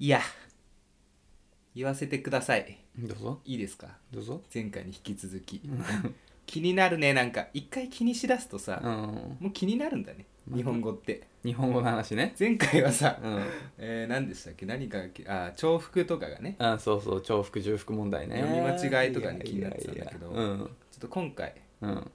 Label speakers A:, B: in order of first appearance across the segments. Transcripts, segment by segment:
A: いや言わせてください
B: どうぞ
A: いいですか
B: どうぞ
A: 前回に引き続き
B: ん
A: 気になるねなんか一回気にしだすとさ、
B: うん
A: もう気になるんだね
B: まあ
A: 日本語って
B: 日本語の話ね
A: 前回はさ、
B: うん
A: えー、何でしたっけ何かきあー重複とかがね
B: あそうそう重複重複問題ね
A: 読み間違いとかね
B: や
A: 気になってたんだけど
B: いやいやうん
A: ちょっと今回
B: うん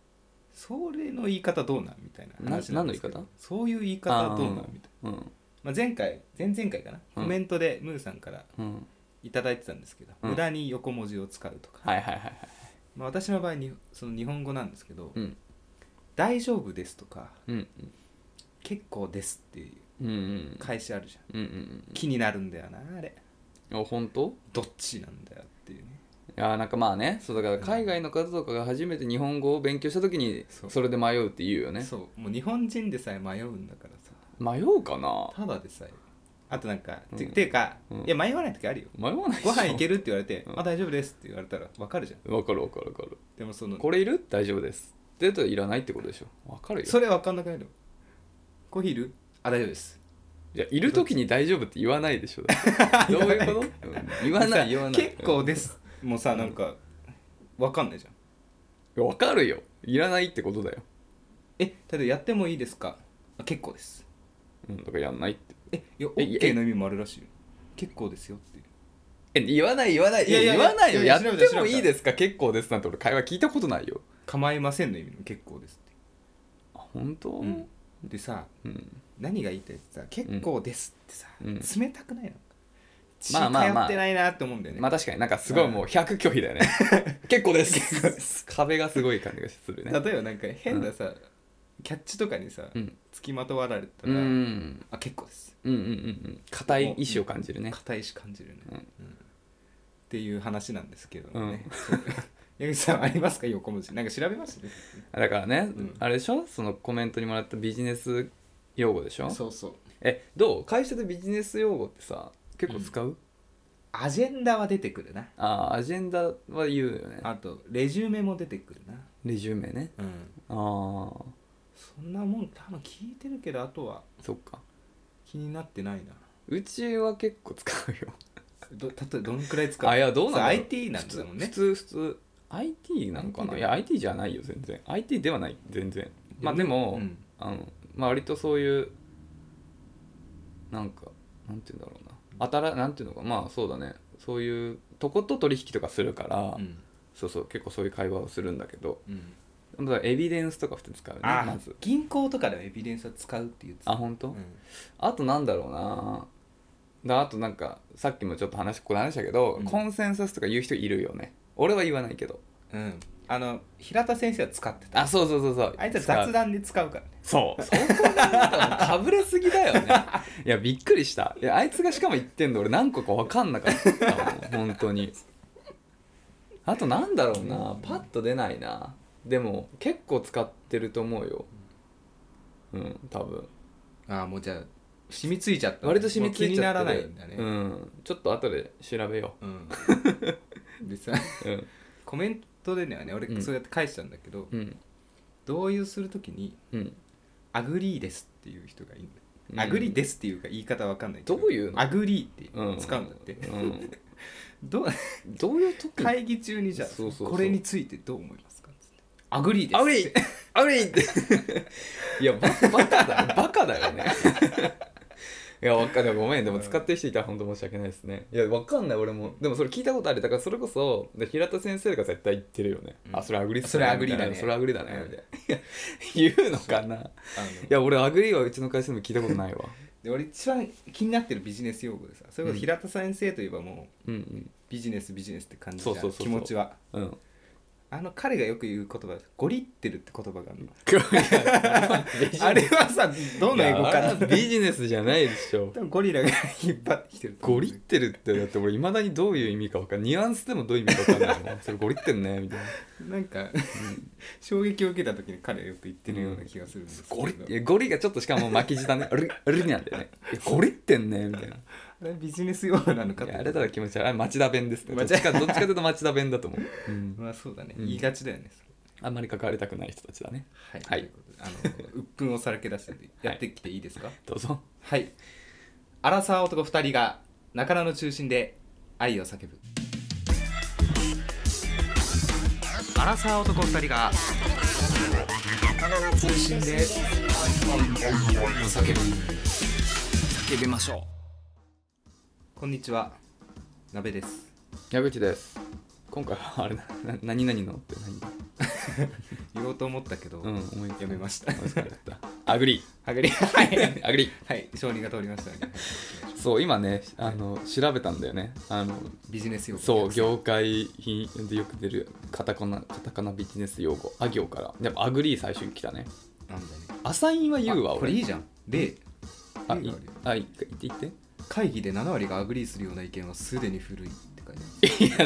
A: それの言い方どうなんみたいな話な
B: な
A: んですけど
B: 何の言い方
A: そういう言い方どうなん
B: あー
A: みたい
B: うん
A: な、まあ、前回前々回かなコ
B: うん
A: メントでムーさんから
B: うん
A: いただいてたんですけど、
B: うん
A: 無駄に横文字を使うとか、
B: はいはいはいはい
A: まあ、私の場合にその日本語なんですけど「
B: うん
A: 大丈夫です」とか
B: うん
A: 「結構です」っていう
B: うんうん
A: 返しあるじゃん、
B: うんうん
A: 気になるんだよなあれ
B: うんあ本当
A: どっちなんだよっていうね
B: いやなんかまあねそうだから海外の方とかが初めて日本語を勉強した時に
A: そう
B: それで迷うって言うよね
A: そうもう日本人でさえ迷うんだからさ
B: 迷うかな
A: ただでさえあとなんか、て
B: うん
A: ていうか、
B: うん
A: いや迷わない時あるよ
B: 迷わないでし
A: ご
B: ょ
A: 飯行けるって言われて「
B: うん
A: あ大丈夫です」って言われたら分かるじゃん
B: わかるわかるわかる
A: でもその
B: これいる大丈夫ですって言うといらないってことでしょわかるよ
A: それ分かんなくないのコーヒーいるあ大丈夫です
B: いやいる時に大丈夫って言わないで しょどういうこと、うん言わな
A: さ
B: い言わない
A: 結構ですもうさなんか分かんないじゃん
B: うんわかるよいらないってことだよ、
A: え例えばやってもいいですかあ結構です
B: うん、だからやんないって
A: えいや
B: えいや
A: OK の意味もあるらしいよ結構ですよっていう
B: え言わない言わない
A: いやいや
B: 言わないよ
A: いや
B: や
A: い
B: っ
A: や調
B: て
A: べた調
B: も
A: べた
B: いいですか結構ですなんて俺会話聞いたことないよ
A: 構いませんの意味の結構ですって
B: あ本当う
A: うんん、でさ
B: うん、
A: 何が言いたいってさ結構ですってさ、
B: うん
A: 冷たくないのか血
B: まあまあまあ
A: 通ってないなって思うんだよね、
B: まあ確かになんかすごいもう100拒否だよね 結構です 壁がすごい感じがするね
A: 例えばなんか変なさ、キャッチとかにさ、
B: うん
A: 付きまとわられた
B: うん
A: ら、
B: うんうん
A: あ結構です
B: うんうん硬い意志を感じるね
A: 硬いし感じるね、
B: うん
A: うんっていう話なんですけどもね、
B: う
A: そう矢口さんありますか横文字なんか調べましたね
B: だからね、
A: うん
B: あれでしょそのコメントにもらったビジネス用語でしょ
A: そうそう
B: えどう会社でビジネス用語ってさ結構使う、
A: アジェンダは出てくるな
B: ああアジェンダは言うよね
A: あとレジュメも出てくるな
B: レジュメね
A: うん
B: ああ
A: そんなもん多分聞いてるけどあとは
B: そっか
A: 気になってないな
B: うちは結構使うよ
A: ど例えばどんくらい使う
B: あいやどうなんだろう
A: そう IT なんだもんね
B: 普通普通普通 IT なのか
A: IT だ
B: な
A: よ
B: いや IT じゃないよ全然 IT ではない全然まあでも、
A: うん
B: あのまあ割とそういうなんかなんて言うんだろうなあたらなんていうのかまあそうだねそういうとこと取引とかするから、
A: うん
B: そうそう結構そういう会話をするんだけど
A: うん
B: まあエビデンスとか普通使うね
A: あ、
B: まず
A: 銀行とかではエビデンスは使うって言ってた
B: あ本当、
A: うん
B: あとなんだろうなだあとなんかさっきもちょっと話ここで話したけど、
A: うん
B: コンセンサスとか言う人いるよね俺は言わないけど
A: うん、あの平田先生は使ってた
B: あそうそうそうそう
A: あいつは
B: 使う
A: 雑談で使うからね
B: そうそこがなんかもうかぶれすぎだよねいやびっくりしたいやあいつがしかも言ってんの俺何個か分かんなかったもん本当にあとなんだろうなパッと出ないなでも結構使ってると思うようん多分
A: ああもうじゃあ染みついちゃった
B: 割と染みついちゃって
A: もう
B: る
A: 気にならないんだね
B: うん、ちょっと後で調べよ
A: うん、 でさ
B: ううん
A: コメントでね
B: う
A: 俺
B: ん
A: そうやって返したんだけど、
B: うん
A: 同意をするときに
B: うん
A: 「アグリーです」っていう人がいるんだよ、
B: うん
A: アグリーですっていうか言い方わかんないけど
B: どういうの
A: アグリーっ
B: うん
A: て使うんだって、
B: うん
A: どう
B: どういう 時
A: 会議中にじゃあ
B: そうそうそう
A: これについてどう思いますか?」っつってアグリーです」
B: アウ ェイアウェイっていやババカだよバカだよね いやわかるごめんでも使ってる人いたら本当申し訳ないですねいやわかんない俺もでもそれ聞いたことあるだからそれこそで平田先生が絶対言ってるよね、
A: うん
B: あそれアグリっす
A: そ
B: ね
A: れアグリだね
B: みたいなそれアグリだね
A: うん
B: みたいない や言うのかない
A: あの
B: や俺アグリはうちの会社でも聞いたことないわ
A: で俺一番気になってるビジネス用語でさそれこそ平田先生といえばもう
B: うん
A: ビジネスビジネスって感じじゃん
B: そうそうそう
A: 気
B: そう
A: 持ちは
B: うんうん
A: あの彼がよく言う言葉でゴリってるって言葉があるのあ
B: あ
A: れはさどの英語か
B: いや
A: な
B: あれはビジネスじゃないでしょ
A: 多分ゴリラが 引っ張ってきてると思
B: ゴ
A: う
B: リってるってだって俺いまだにどういう意味か分かんないニュアンスでもどういう意味か分かんないもんそれゴリってんね みたいな
A: なんか衝撃を受けた時に彼はよく言ってるような気がするんですけど
B: ゴリいやゴリがちょっとしかも巻き舌 ねあれあれなんだよねいやゴリってんねみたいな
A: あれビジネス用語なのかっ
B: い
A: て
B: やあれだら気持ち悪いあれ町田弁ですねどっ
A: 町
B: ちかどっちかというと町田弁だと思う、うん、
A: まあそうだね
B: うん
A: 言いがちだよね
B: あんまり関わりたくない人たちだね
A: はい
B: はい
A: ということであの鬱憤をさらけ出してやってきていいですか
B: どうぞ
A: はいアラサー男2人が中野の中心で愛を叫ぶアラサー男2人が中野の中心で愛を叫ぶ
B: 叫びましょ
A: こんにちは鍋です
B: う矢口です今回はあれなな何々のって
A: 言おうと思ったけど、
B: 何うん思いつか
A: やめました
B: 思いつかなかったアグリ
A: はぐりはい
B: アグリ
A: はい承認が通りましたね
B: そう今ねあの調べたんだよねあの
A: ビジネス用語
B: そう業界でよく出るカタカナカタカナビジネス用語あ行からやっぱアグリー最初に来たね
A: なんだね
B: アサインは言うわ
A: あこれい
B: 俺
A: いじゃんで
B: あ
A: いい
B: い
A: のあるよ
B: あいい言って言 って
A: 会議で7割がアグリーするような意見はすでに古いって書いて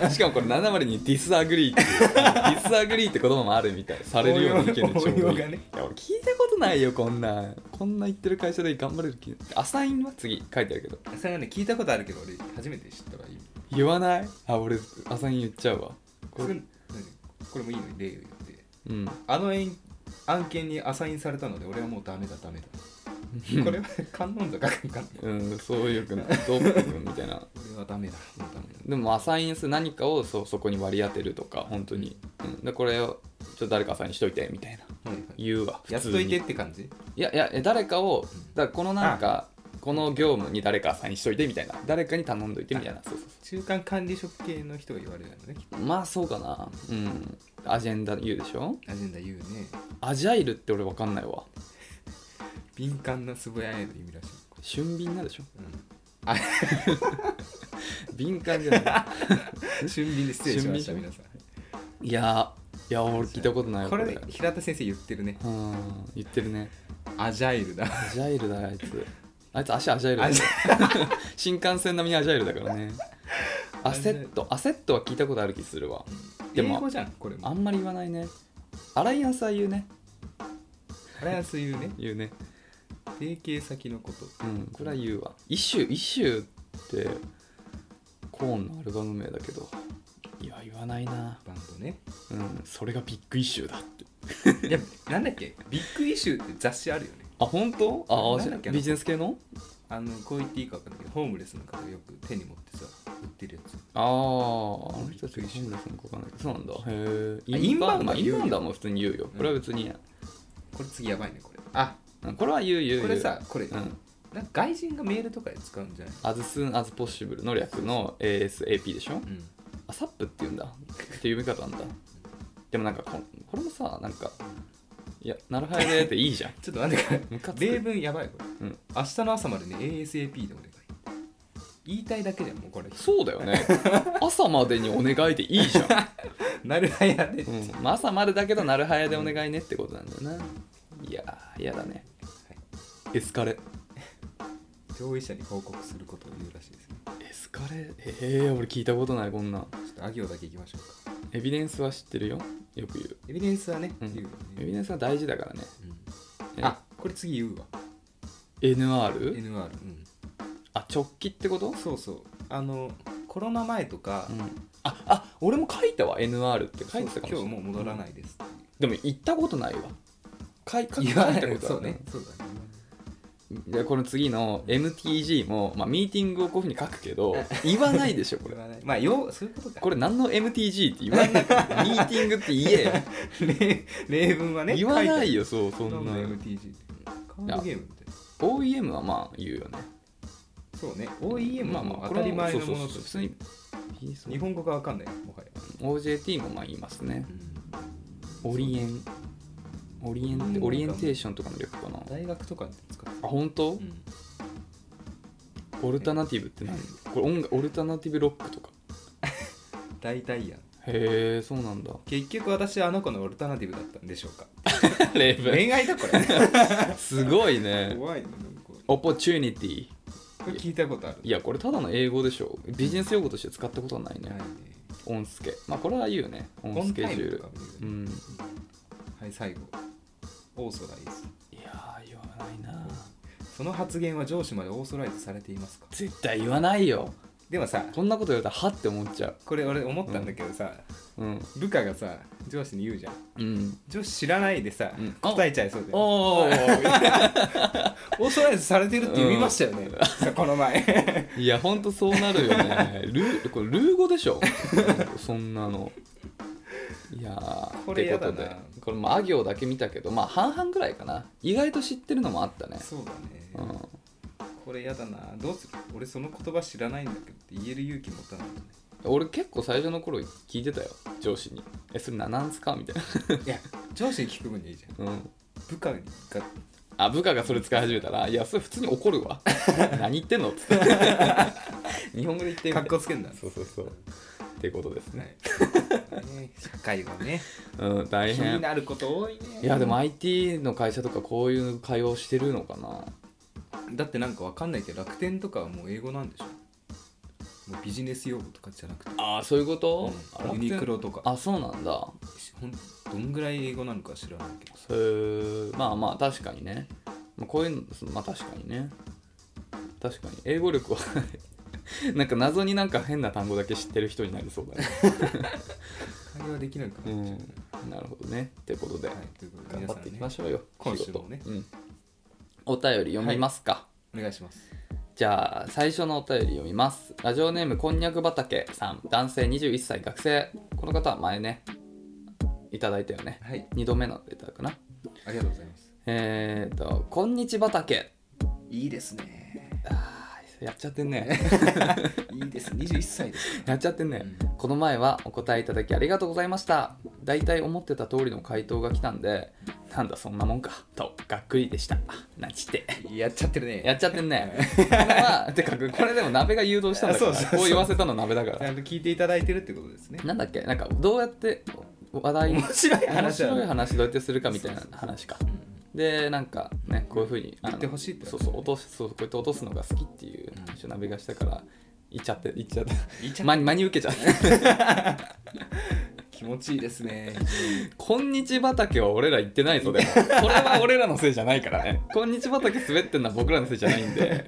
A: ある
B: しかもこれ7割にディスアグリーっていう ディスアグリーって言葉もあるみたいされるような意見でちょ うどいいい
A: 応用
B: や
A: がね
B: 俺聞いたことないよこんなんこんな言ってる会社で頑張れる気アサインは次書いてあるけど
A: それはね聞いたことあるけど俺初めて知ったからいい
B: 言わないあ俺アサイン言っちゃうわ
A: こ
B: これ
A: れこれもいいのに例を言って
B: うん
A: あの案案件にアサインされたので俺はもうダメだダメだ これは観音坂かかんない
B: うんそうよくないどうくみたいな
A: 俺はダメだもうダメだ
B: でもアサインする何かをそうそこに割り当てるとか本当に、うん、でこれをちょっと誰かアサインしといてみたいな
A: はいはい
B: 言うわ
A: やっといてって感じ
B: いやいやえ誰かをだからこのなんかこの業務に誰かアサインしといてみたいな誰かに頼んどいてみたいなそうそう
A: 中間管理職系の人が言われるのねきっ
B: そうまあそうかなうんアジェンダ言うでしょ
A: とアジェンダ言うね
B: アジャイルって俺分かんないわ
A: 敏感な素早いの意味らしい、
B: 俊敏なでしょ
A: う
B: 敏感じゃない
A: ん、 俊敏で失礼しました
B: 俊
A: 皆さん
B: いやいや俺聞いたことないわ
A: こ
B: これ
A: れ平田先生言ってるね
B: うん言ってるね
A: アジャイルだ
B: アジャイルだよあいつあいつ足アジャイルだよ
A: アジ
B: 新幹線並みにアジャイルだからねアセットアセットは聞いたことある気するわでも
A: 英語じゃんこれ
B: あ
A: も
B: んまり言わないねアライアンスは言うね
A: アライアンス言うね
B: 言うね
A: 提携先のこと
B: うんこれは言うわイシューイシューってコーンのアルバム名だけどいや言わないな
A: バンド ね
B: うんそれがビッグイシューだって
A: いやなんだっけビッグイシューって雑誌あるよね
B: あ本当ああ
A: な
B: 知
A: んだ
B: ら
A: っ
B: ん
A: けな
B: ビジネス系の
A: あのこう言っていいか分かんないけどホームレスの方がよく手に持ってさ売ってるやつ
B: あああの人たちがホームレスなのか分かんないけどそうなんだへえ
A: インバウンド
B: まあイ
A: 言うよ
B: ンバウンドはもう普通に言うよこれは別にいいや
A: これ次やばいねこれあ
B: うんこれは言う言う言う
A: これさこれ、
B: うん
A: なんか外人がメールとかで使うんじゃない
B: as soon as possible の略の ASAP でしょ
A: うん
B: あサップって言うんだっていう読み方なんだでもなんかここれもさなんかいやなるはやでっていいじゃん
A: ちょっと待ってこれ
B: ムカつく
A: 例文やばいこれ、
B: うん
A: 明日の朝までね ASAP でお願い言いたいだけじゃんもうこれ
B: そうだよ ね朝までにお願いでいいじゃん、
A: なるはやで、
B: うんまあ、朝までだけどなるはやでお願いねってことなんだよないやー嫌だねエスカレ
A: 上位者に報告することを言うらしいですね
B: エスカレえー、俺聞いたことないこんなん
A: ちょっとあ行だけいきましょうか
B: エビデンスは知ってるよよく言う
A: エビデンスはね、
B: うん
A: 言うよ
B: エ
A: ね、
B: ビデンスは大事だからね
A: うんあこれ次言うわ
B: NR?
A: NR、うん、
B: あ直帰ってこと、
A: そうそうあのコロナ前とか、
B: うん、ああ俺も書いたわ NR って書いてたかもしれ
A: 今日
B: ない
A: もう戻らないですっていう
B: でも行ったことないわ書い書い書
A: 言
B: いた
A: わ
B: こと
A: ない
B: ある
A: そうねそうだね
B: でこの次の MTG も、まあ、ミーティングをこういうふうに書く けど言わないでしょこ
A: こ
B: れ
A: れはないまあようそういうことか
B: これ何の MTG って言わないミーティングって言えよ
A: 例例文はね
B: 言わない
A: よ
B: よそうそ
A: そん
B: ん
A: な
B: な
A: MTG カードゲームみたいな
B: OEM はまあ言うよね
A: そうね OEM はもう
B: こ
A: 当
B: れ
A: た
B: は
A: り前の
B: そう
A: も
B: そ
A: の
B: う
A: と
B: そう
A: し
B: 普
A: て
B: 通に
A: 日本語がわかんないよもはや
B: OJT もまあ言いますねオリエンオリエンってオリエンテーションとかの略かな
A: 大学とかで使って
B: あ本当、
A: うん
B: オルタナティブって何これ音楽オルタナティブロックとか
A: 大体やん
B: へえそ うなんだ
A: 結局私はあの子のオルタナティブだったんでしょ うか
B: レイブン
A: 恋愛だこれ
B: すごいね
A: 怖いねなんか
B: オポチュニティ
A: これ聞いたことある
B: いやこれただの英語でしょビジネス用語として使ったことはないね、
A: ないね
B: オンスケまあこれは言うねオ
A: オ
B: ンス
A: ン
B: ケ
A: タ
B: ジ
A: イ
B: ュー
A: ムと
B: ル
A: かも
B: う
A: 言うね
B: ん
A: はい最後オーソライズ
B: いやー言わないな
A: その発言は上司までオーソライズされていますか
B: 絶対言わないよ
A: でもさ
B: こんなこと言われたらはって思っちゃう
A: これ俺思ったんだけどさ、
B: うん
A: 部下がさ上司に言うじゃん
B: うん
A: 上司知らないでさ、
B: うん
A: 答えちゃいそうでオ
B: おー
A: ーソライズされてるって見ましたよね、さこの 前
B: いやほんとそうなるよねルーこれルー語でしょそんなのいやー
A: これ
B: ってこ
A: や
B: と
A: だな
B: でこれまああ行だけ見たけどまあ半々ぐらいかな意外と知ってるのもあったね
A: そうだね、
B: うん
A: これやだなどうする俺その言葉知らないんだけどって言える勇気持たないとね
B: 俺結構最初の頃聞いてたよ上司に「えそれななんすか?」みたいな、
A: いや上司に聞く分にいいじゃん
B: うん、
A: 部下が
B: あ部下がそれ使い始めたら「いやそれ普通に怒るわ 何言ってんの?」っつって日本語で言ってみて
A: 格好つけんだ、ね
B: そうそうそうってことですね、
A: ね社会がね
B: うん、大
A: 気に
B: 変
A: なること多いね
B: いやでも IT の会社とかこういう会話をしてるのかな
A: だってなんかわかんないけど楽天とかはもう英語なんでしょもうビジネス用語とかじゃなくて
B: ああそういうこと、あ楽
A: ユ
B: 天
A: ニクロとか
B: あそうなんだ
A: ほんどんぐらい英語なのか知らないけど
B: へーまあまあ確かにね、まあ、こういうのそのまあ確かにね確かに英語力は なんか謎になんか変な単語だけ知ってる人になりそうだね、
A: 会話できないか
B: う
A: な、
B: ん
A: はい、、
B: なるほどねってことで、
A: ということで
B: 頑
A: 皆
B: 張
A: さん、
B: ってい
A: ね
B: き、ましょうよ
A: 今週
B: 仕事
A: もね
B: うん、お便り読みますか、
A: お願いします
B: じゃあ最初のお便り読みますラジオネームこんにゃく畑さん男性21歳学生この方は前ねいただいたよね
A: はい
B: 2度目のレターかな
A: ありがとうございます
B: えー、と「こんにち畑
A: いいですね」
B: あーやっちゃってんね
A: いいです21歳です
B: やっちゃってんねこの前はお答えいただきありがとうございましただいたい思ってた通りの回答が来たんでなんだそんなもんかとがっくりでしたなんちって
A: やっちゃってるね
B: やっちゃってんねこれはてかこれでも鍋が誘導したんだから
A: あそうそうそう
B: こう言わせたの鍋だか
A: ちゃ
B: ら
A: んと聞いていただいてるってことですね
B: なんだっけなんかどうやって話題
A: 面白い
B: 面
A: 話だね
B: 白い話どうやってするかみたいな話かでなんかねこういうふうにあの
A: 言ってほしいってこ
B: そ
A: と
B: うそう落としそうこうやって落とすのが好きっていう
A: うん
B: 話を鍋がしたから言っちゃって言っちゃって
A: 言っちゃっ
B: 真に真に受けちゃ って
A: 気持ちいいですね
B: 「こんにち畑」は俺ら言ってないぞでもこれは俺らのせいじゃないからね「こんにち畑」滑ってんのは僕らのせいじゃないんで、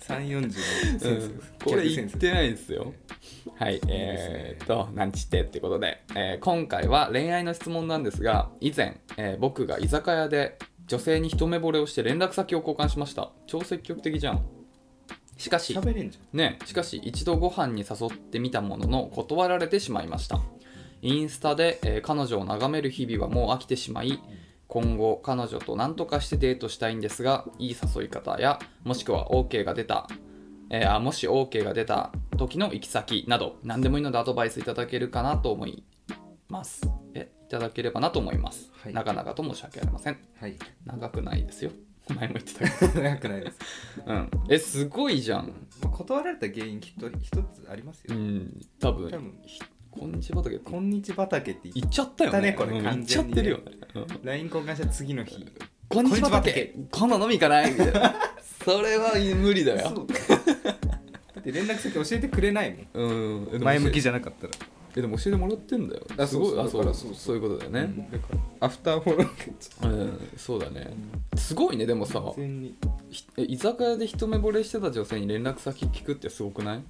A: 340の
B: う
A: センス、
B: ん、これ言ってないんですよはい、えー、っと、なんちってってことで、えー今回は恋愛の質問なんですが、以前、えー僕が居酒屋で女性に一目惚れをして連絡先を交換しました。超積極的じゃん。しかし、
A: 喋れんじ
B: ね、しかし一度ご飯に誘ってみたものの断られてしまいました。インスタで、えー彼女を眺める日々はもう飽きてしまい、今後彼女と何とかしてデートしたいんですが、いい誘い方や、もしくは OK が出たえーあもし OK が出た時の行き先など何でもいいのでアドバイスいただけるかなと思いますえいただければなと思います、
A: はい
B: なかなかと申し訳ありません
A: ゃんはい
B: 長くないですよ 前も言ってたけ
A: 長くないです、
B: どうんえすごいじゃん
A: まあ、断られた原因きっと一つあります
B: う
A: よ、
B: ん多分
A: 多分
B: こんにちはだけど
A: こんにち畑って
B: 行っちゃったよね
A: 行ったねこれ
B: うん
A: 完全に
B: 行っちゃってるよね、うん
A: LINE 交換した次の日
B: こんにちはだけ今度飲み行かないみたいな それは無理だ
A: そう
B: よ
A: だだって連絡先教えてくれないもん
B: うんえでも
A: じゃなかったら
B: えでも教えてもらってんだよ
A: あ
B: す
A: そう
B: ご
A: そう
B: いあそう
A: だから
B: そ
A: そうう
B: そういうことだよね、
A: うんだからアフターフォロー
B: うん、そうだねすごいねでもさ
A: 完全に
B: ひえ居酒屋で一目惚れしてた女性に連絡先聞くってすごくない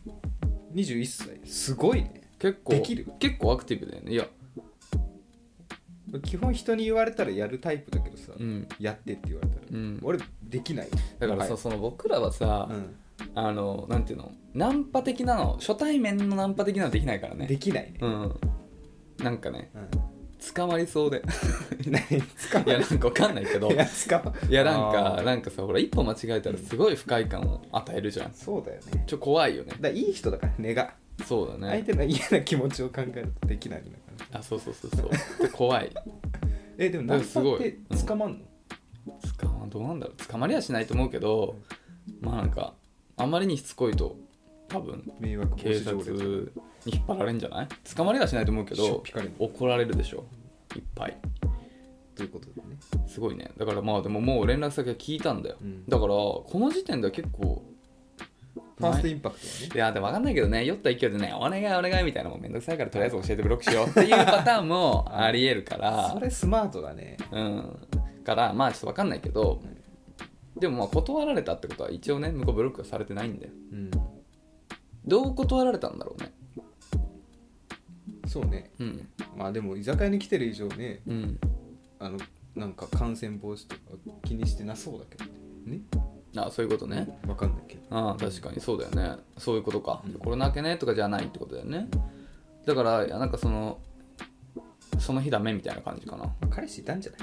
A: 21歳すごいね
B: 結構
A: できる
B: 結構アクティブだよねいや
A: 基本人に言われたらやるタイプだけどさ、
B: うん
A: やってって言われたら、
B: うん
A: 俺できない
B: だからさ、
A: はい
B: その僕らはさ、
A: うん
B: あのなんていうのナンパ的なの初対面のナンパ的なのできないから
A: で
B: ね
A: きないね、
B: うんなんかね
A: うん、
B: 捕まりそうで
A: 何使わ
B: い
A: な
B: や
A: い
B: なんかわかんないけど
A: いや使わ
B: いやなん
A: あ
B: か
A: ー
B: なんかさほら一歩間違えたらすごい不快感を与えるじゃん
A: そうだよね
B: ちょ怖いよね
A: だからいい人だから根が
B: そうだね
A: 相手の嫌な気持ちを考えるとできないんだから
B: あそうそうそうそうで怖い
A: えでも
B: だ
A: ナン
B: からす
A: パっ
B: ごい
A: て捕まんの、
B: 捕まどうなんだろう捕まりはしないと思うけどまあなんかあまりにしつこいと多分
A: 迷惑防
B: 警
A: 止
B: 察
A: 条例とか
B: に引っ張られるんじゃない捕まりはしないと思うけ
A: しょ
B: ど
A: っぴかれる
B: 怒られるでしょいっぱい
A: ということでね
B: すごいねだからまあでももう連絡先は聞いたんだよ、
A: うん
B: だからこの時点では結構
A: ファーストインパクトはね
B: いやでも分かんないけどね酔った勢いでね「お願いお願い」みたいなもうめんどくさいからとりあえず教えてブロックしようっていうパターンもありえるから
A: それスマートだね
B: うん、からまあちょっと分かんないけど、でもまあ断られたってことは一応ね向こうブロックはされてないんだよ
A: うん
B: どう断られたんだろうね
A: そうね
B: うん
A: まあでも居酒屋に来てる以上ね
B: うん
A: あのなんか感染防止とか気にしてなそうだけどね
B: あそういうことね
A: わかんないけど
B: ああ確かにそうだよねそういうことか、
A: うん
B: コロナ明けねとかじゃないってことだよねだからいやなんかそのその日ダメみたいな感じかな
A: まあ彼氏いたんじゃない、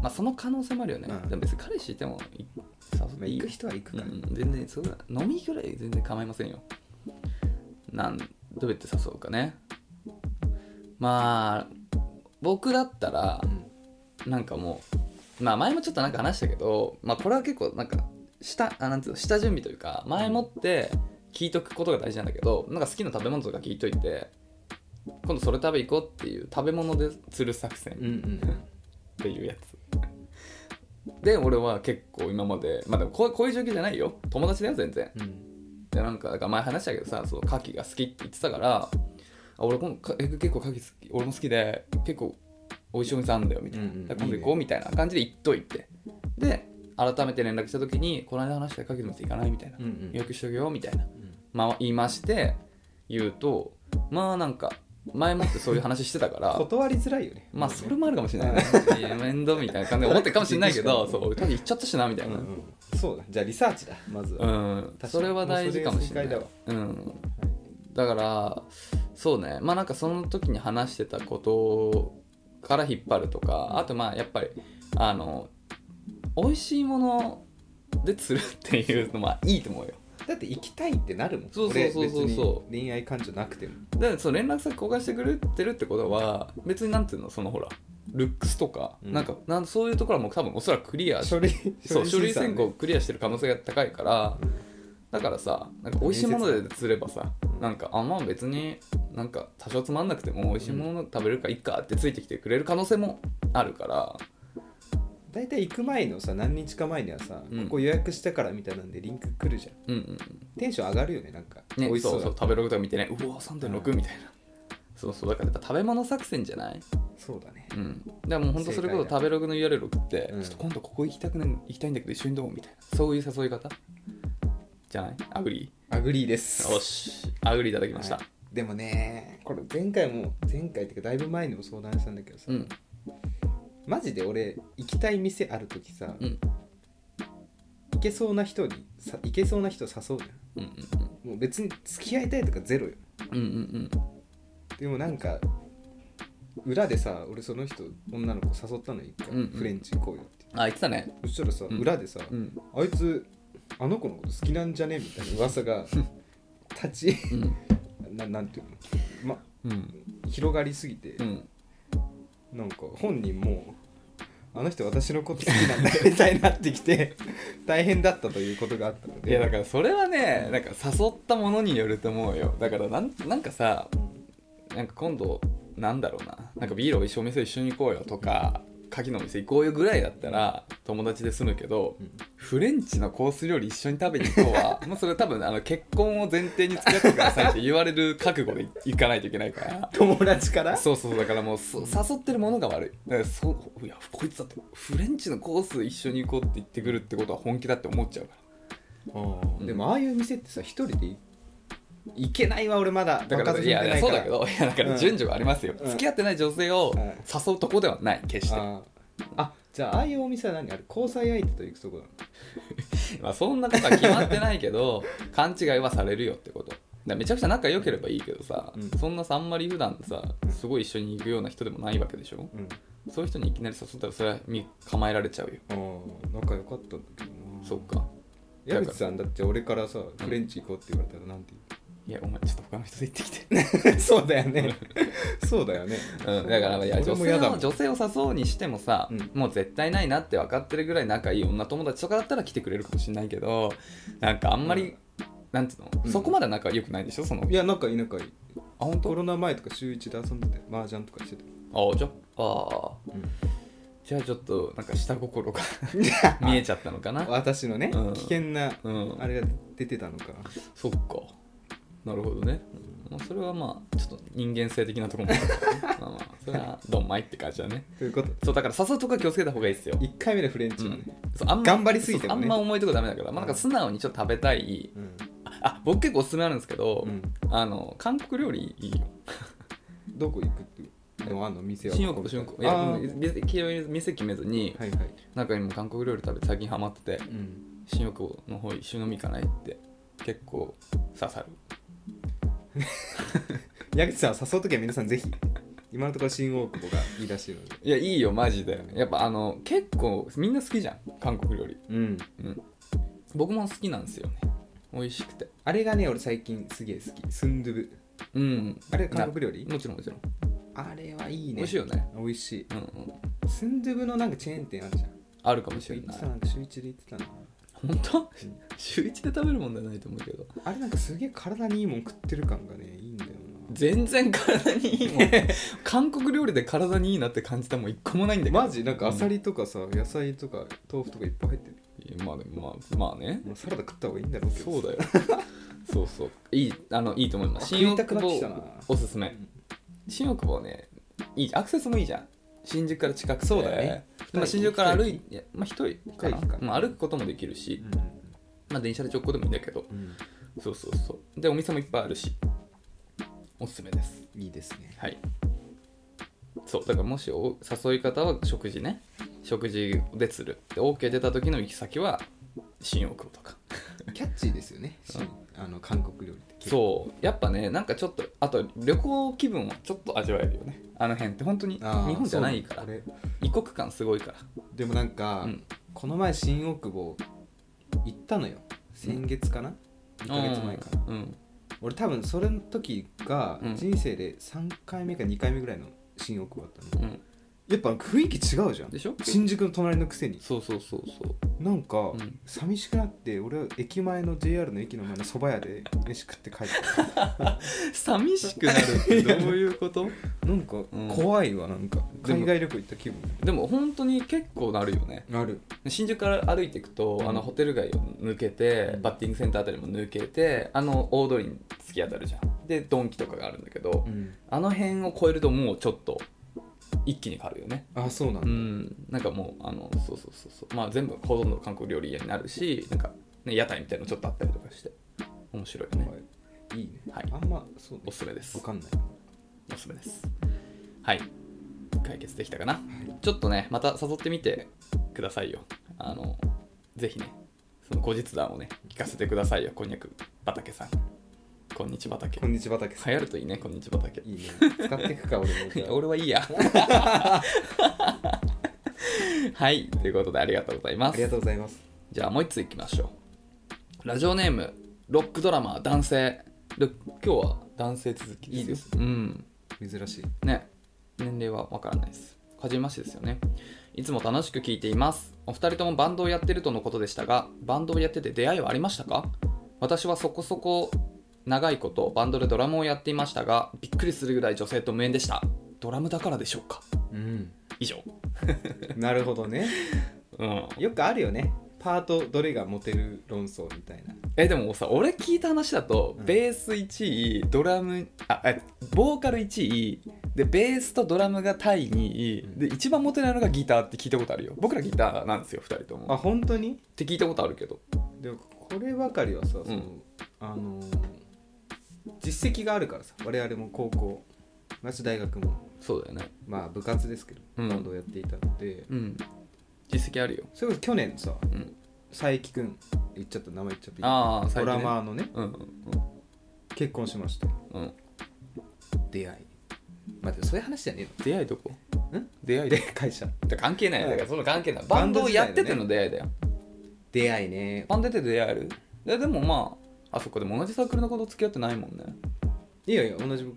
B: まあその可能性もあるよね、
A: うん
B: でも別に彼氏いてもい誘っ
A: まあ、
B: ていい
A: 行
B: よ
A: く人は行くか
B: う
A: ら、
B: ん、全然そうだ飲みぐらい全然構いませんよなんどうやって誘うかねまあ僕だったらなんかもうまあ前もちょっとなんか話したけどまあこれは結構なんか下あなんていうの下準備というか前もって聞いとくことが大事なんだけどなんか好きな食べ物とか聞いといて今度それ食べ行こうっていう食べ物で釣る作戦
A: うんうん
B: っていうやつで俺は結構今までまあでもこうこういう状況じゃないよ友達だよ全然
A: うんうん
B: でなんかだから前話したけどさそう牡蠣が好きって言ってたからあ俺今度かえ結構牡蠣好き俺も好きで結構美味しいお店あんだよみたいな、
A: うんうん
B: だから今度行こうみたいな感じで行っといてで改めて連絡した時にこの間話した牡蠣の店行かないみたいな、
A: うんうん
B: 予約しとけよみたいな、
A: ん
B: まあ、言いまして言うとまあなんか前もってそういう話してた から
A: 断りづらいよね
B: まあそれ
A: も
B: もあるかもしれないね。いや 面倒みたいな感じで思ってるかもしれないけど、そう、俺多分行っちゃったしなみたいな。うん、
A: そうだじゃあリサーチだまずは、確かに
B: それは大事かもしれない
A: もう。
B: うん、だから、そうね、まあなんかその時に話してたことから引っ張るとか、あとまあやっぱり、あの、美味しいもので釣るっていうのはいいと思うよ。
A: だって行きたいってなるもん
B: そうそうそうそうそう
A: 俺別に恋愛感情なくても
B: だからその連絡先交換してくれてるってことは、別になんていうの、そのほら、ルックスとか、
A: うん
B: なんかなんそういうところはもう多分おそらくクリアして
A: 書類
B: そう書類
A: 審査ね
B: 選考クリアしてる可能性が高いからだからさなんか美味しいもので釣ればさなんかあまあ別になんか多少つまんなくても美味しいもの食べれるかいいかってついてきてくれる可能性もあるから
A: 大体行く前のさ何日か前にはさ、
B: うん
A: ここ予約したからみたいなんでリンク来るじゃん
B: うんうん
A: テンション上がるよねなんか、美
B: ね
A: 味し
B: そ
A: そう
B: う
A: だ
B: そう食べログとか見てねうわ3.6みたいなそうそうだからやっぱ食べ物作戦じゃない
A: そうだね
B: うんでもうほんとそれこ
A: 正解
B: そ
A: だ
B: 食べログの URL 送って、
A: うん
B: ちょっと今度ここ行きたくな行きたいんだけど一緒にどうみたいなそういう誘い方じゃないアグリ
A: アグリーです
B: ーよしアグリーいただきました、
A: はいでもねこれ前回も前回っていうかだいぶ前にも相談したんだけどさ、
B: うん
A: マジで俺行きたい店ある時さ、
B: うん
A: 行けそうな人にさ行けそうな人誘うじゃ
B: うん
A: んもう別に付き合いたいとかゼロよ
B: うんうんうん
A: でもなんか裏でさ俺その人女の子誘ったの一回、
B: うんうん
A: フレンチ行こうよって
B: うんあ言ってたね
A: そしたらさ、
B: うん
A: 裏でさ、
B: うん
A: あいつあの子のこと好きなんじゃねみたいな噂が立ち
B: うん
A: ななんていうの、
B: うん
A: ま、広がりすぎて、
B: うん
A: なんか本人もあの人私のこと好きなんだみたいになってきて 大変だったということがあったの
B: いやだ
A: で
B: からそれはねなんか誘ったものによると思うよだからなんなんかさなんか今度なんだろうななんかビールおいしいお店一緒に行こうよとか牡蠣のお店行こうよぐらいだったら友達で済むけど、
A: うん
B: フレンチのコース料理一緒に食べに行こう はもうそれ多分あの結婚を前提に付き合ってくださいって言われる覚悟で行かないといけないから
A: 友達から
B: そうそうだからもうそ誘ってるものが悪いだからそういやこいつだってフレンチのコース一緒に行こうって言ってくるってことは本気だって思っちゃうか
A: うんでもああいう店ってさ一人でい行けないわ俺まだ
B: らだから
A: 若手
B: い
A: じゃ
B: やいや
A: ない
B: そ
A: か
B: う
A: ら
B: だけどいやだか
A: う
B: ら
A: ん
B: 順序がありますよ、
A: うん
B: 付き合ってない女性を
A: うん
B: 誘うとこではない決して、
A: あーあじゃあああいうお店は何あれ交際相手と行くとこなの
B: まあ、そんなことは決まってないけど 勘違いはされるよってことだからめちゃくちゃ仲良ければいいけどさ、
A: うん
B: そんなさあんまり普段さすごい一緒に行くような人でもないわけでしょそういう人にいきなり誘ったらそれは見構えられちゃうよ
A: うんああ仲良かったんだけどな
B: そっか
A: 矢口さんだって俺からさフレンチ行こうって言われたらなんて
B: いやお前ちょっと他の人と行ってきて
A: 言うそうだよね そうだよね
B: うん、だからいや
A: 俺
B: 女
A: も
B: 性
A: 嫌だも
B: を
A: ん
B: 女性を誘うにしてもさ、
A: うん
B: もう絶対ないなって分かってるぐらい仲いい女友達とかだったら来てくれるかもしれないけどなんかあんまり、
A: うん
B: なんていうの、
A: うん
B: そこまで仲良くないでしょその
A: いや仲いい仲いい
B: あ本
A: コ
B: 当
A: ロナ前とか週一で遊んでて麻雀とかしてて、
B: あじゃああじゃあちょっとなんか下 心が見えちゃったのかな
A: 私のね、
B: うん
A: 危険な
B: うん
A: あれが出てたのか
B: そっかなるほどね、まあ、それはまあちょっと人間性的なところもあるからねまあまあそれはドンマイって感じだね
A: ということ
B: そうだから誘うとこは気をつけた方がいいですよ
A: 1回目のフレンチ
B: う
A: は
B: ん
A: ね、
B: そうあんま
A: 頑張りすぎてもね
B: そうあんま重いとこダメだから、まあ、なんか素直にちょっと食べたい
A: うん
B: ああ僕結構おすすめあるんですけど、
A: うん
B: あの韓国料理いいよ
A: どこ行くってのあんの店は
B: 新大久保新大久保い
A: あー
B: や別に店決めずに、
A: はいはい
B: なんか今韓国料理食べて最近ハマってて
A: うん
B: 新大久保の方一緒に飲み行かないって結構刺さる
A: 矢口さんを誘う時は皆さんぜひ今のところ新大久保がいいらしいので
B: いやいいよマジでやっぱあの結構みんな好きじゃん韓国料理
A: うん
B: うん僕も好きなんですよね美味しくて
A: あれがね俺最近すげえ好きスンドゥブ
B: うん
A: あれ韓国料理
B: なもちろんもちろん
A: あれはいいね
B: 美味しいよね
A: 美味しい
B: うんうん
A: スンドゥブのなんかチェーン店あるじゃん
B: あるかもし
A: 週
B: れ
A: 一
B: ない
A: さん週一で行ってたな
B: 本当週一で食べるもんじゃないと思うけど
A: あれなんかすげえ体にいいもん食ってる感がねいいんだよ
B: 全然体にいい もん韓国料理で体にいいなって感じたもん一個もないん
A: な
B: だけど
A: マジなんかアサ
B: り、
A: リとかさ野菜とか豆腐とかいっぱい入ってる
B: うんまあねまあまあね
A: もうサラダ食った方がいいんだろうけど
B: そうだよそうそういいあのいいと思います
A: あ
B: 新大
A: 食いたくなってきたな
B: 久保おすすめ
A: ん
B: 新大久保ねいいアクセスもいいじゃん新宿から近くて
A: そうだね
B: まあ、
A: 二人
B: 新宿から歩いて、まあ、一人かな
A: 一人か
B: まあ、歩くこともできるし、まあ、電車で直行でもいいんだけど
A: うん、うん
B: そうそうそうでお店もいっぱいあるしおすすめです
A: いいですね
B: はいそうだからもしお誘い方は食事ね食事で釣るで OK 出た時の行き先は新大久保とか
A: キャッチーですよね、しあの韓国料理ってう
B: そうやっぱねなんかちょっとあと旅行気分をちょっと味わえるよねあの辺って本当に日本じゃないから異国感すごいから
A: でもなんか、
B: うん
A: この前新大久保行ったのよ先月かな、二2ヶ月前かな、
B: うん
A: 俺多分それの時が
B: うん
A: 人生で3回目か2回目ぐらいの新大久保だったの、
B: うん
A: やっぱ雰囲気違うじゃん
B: でしょ
A: 新宿の隣のくせに
B: そうそうそうそう
A: なんか、
B: ん
A: 寂しくなって俺は駅前の JR の駅の前の蕎麦屋で飯食って帰った
B: 寂しくなるってどういうこと
A: なんか
B: うん
A: 怖いわなんか
B: でも
A: 海外旅行行った気分
B: でも本当に結構なるよね
A: ある
B: 新宿から歩いていくと、
A: うん
B: あのホテル街を抜けて
A: うん
B: バッティングセンターあたりも抜けてあの大通りに突き当たるじゃんでドンキとかがあるんだけど、
A: うん
B: あの辺を越えるともうちょっと一気に変わるよね
A: あそうなんだ、
B: うん、なんかもうあのそうそうそうそうまあ全部ほとんど韓国料理屋になるしなんか、ね、屋台みたいなのちょっとあったりとかして面白いよね
A: はいいいね、
B: はい
A: あんまそうね
B: おすすめです
A: わかんない
B: おすすめですはい解決できたかな、ちょっとねまた誘ってみてくださいよあのぜひねその後日談をね聞かせてくださいよこんにゃく畑さんこんにちは畑
A: こんにちは畑さ
B: 流行るといいねこんにちは畑
A: んいいね使っていくか俺も
B: い
A: じゃ
B: や
A: あ
B: 俺はいい やはいということでありがとうございま
A: あ
B: す
A: りがとうございます
B: じゃあもう一ついきましょうラジオネームロックドラマー男性で今日は男性続き
A: いいです
B: うん
A: 珍しい
B: ね年齢はわからないですはじめましてですよねいつも楽しく聞いていますお二人ともバンドをやってるとのことでしたがバンドをやってて出会いはありましたか私はそこそこ長いことバンドでドラムをやっていましたがびっくりするぐらい女性と無縁でしたドラムだからでしょうか
A: うん
B: 以上
A: なるほどね
B: うん
A: よくあるよねパートどれがモテる論争みたいな
B: えでもさ俺聞いた話だと、
A: うん
B: ベース1位ドラムあえボーカル1位でベースとドラムがタイ2位、
A: うん
B: で一番モテないのがギターって聞いたことあるよ僕らギターなんですよ2人とも
A: あ
B: っ
A: 本当に
B: て聞いたことあるけど
A: でもこればかりはさその、
B: うん
A: あのー実績があるからさ我々も高校私大学も
B: そうだよね
A: まあ部活ですけど、
B: うん
A: バンドをやっていたので
B: うん実績あるよ
A: それこそ去年さ
B: うん
A: 佐伯くん言っちゃった名前言っちゃっていい
B: ああ
A: ドラマ
B: ー
A: ーのね
B: うんうん
A: 結婚しました
B: うんうん
A: 出会い待ってそういう話じゃね
B: 出会いどこ
A: えのん
B: 出会い
A: で
B: で
A: 会社
B: 関係ないよ
A: は
B: だ
A: い
B: からその関係ないバ
A: バ
B: ン
A: ン
B: ド
A: ド
B: を
A: 時代だ
B: やっ
A: よね
B: てての出会いだよ
A: 出会いね
B: バンドで出会えるえでもまああそこでも同じサークルの子と付き合ってないもんね
A: いやいや同じ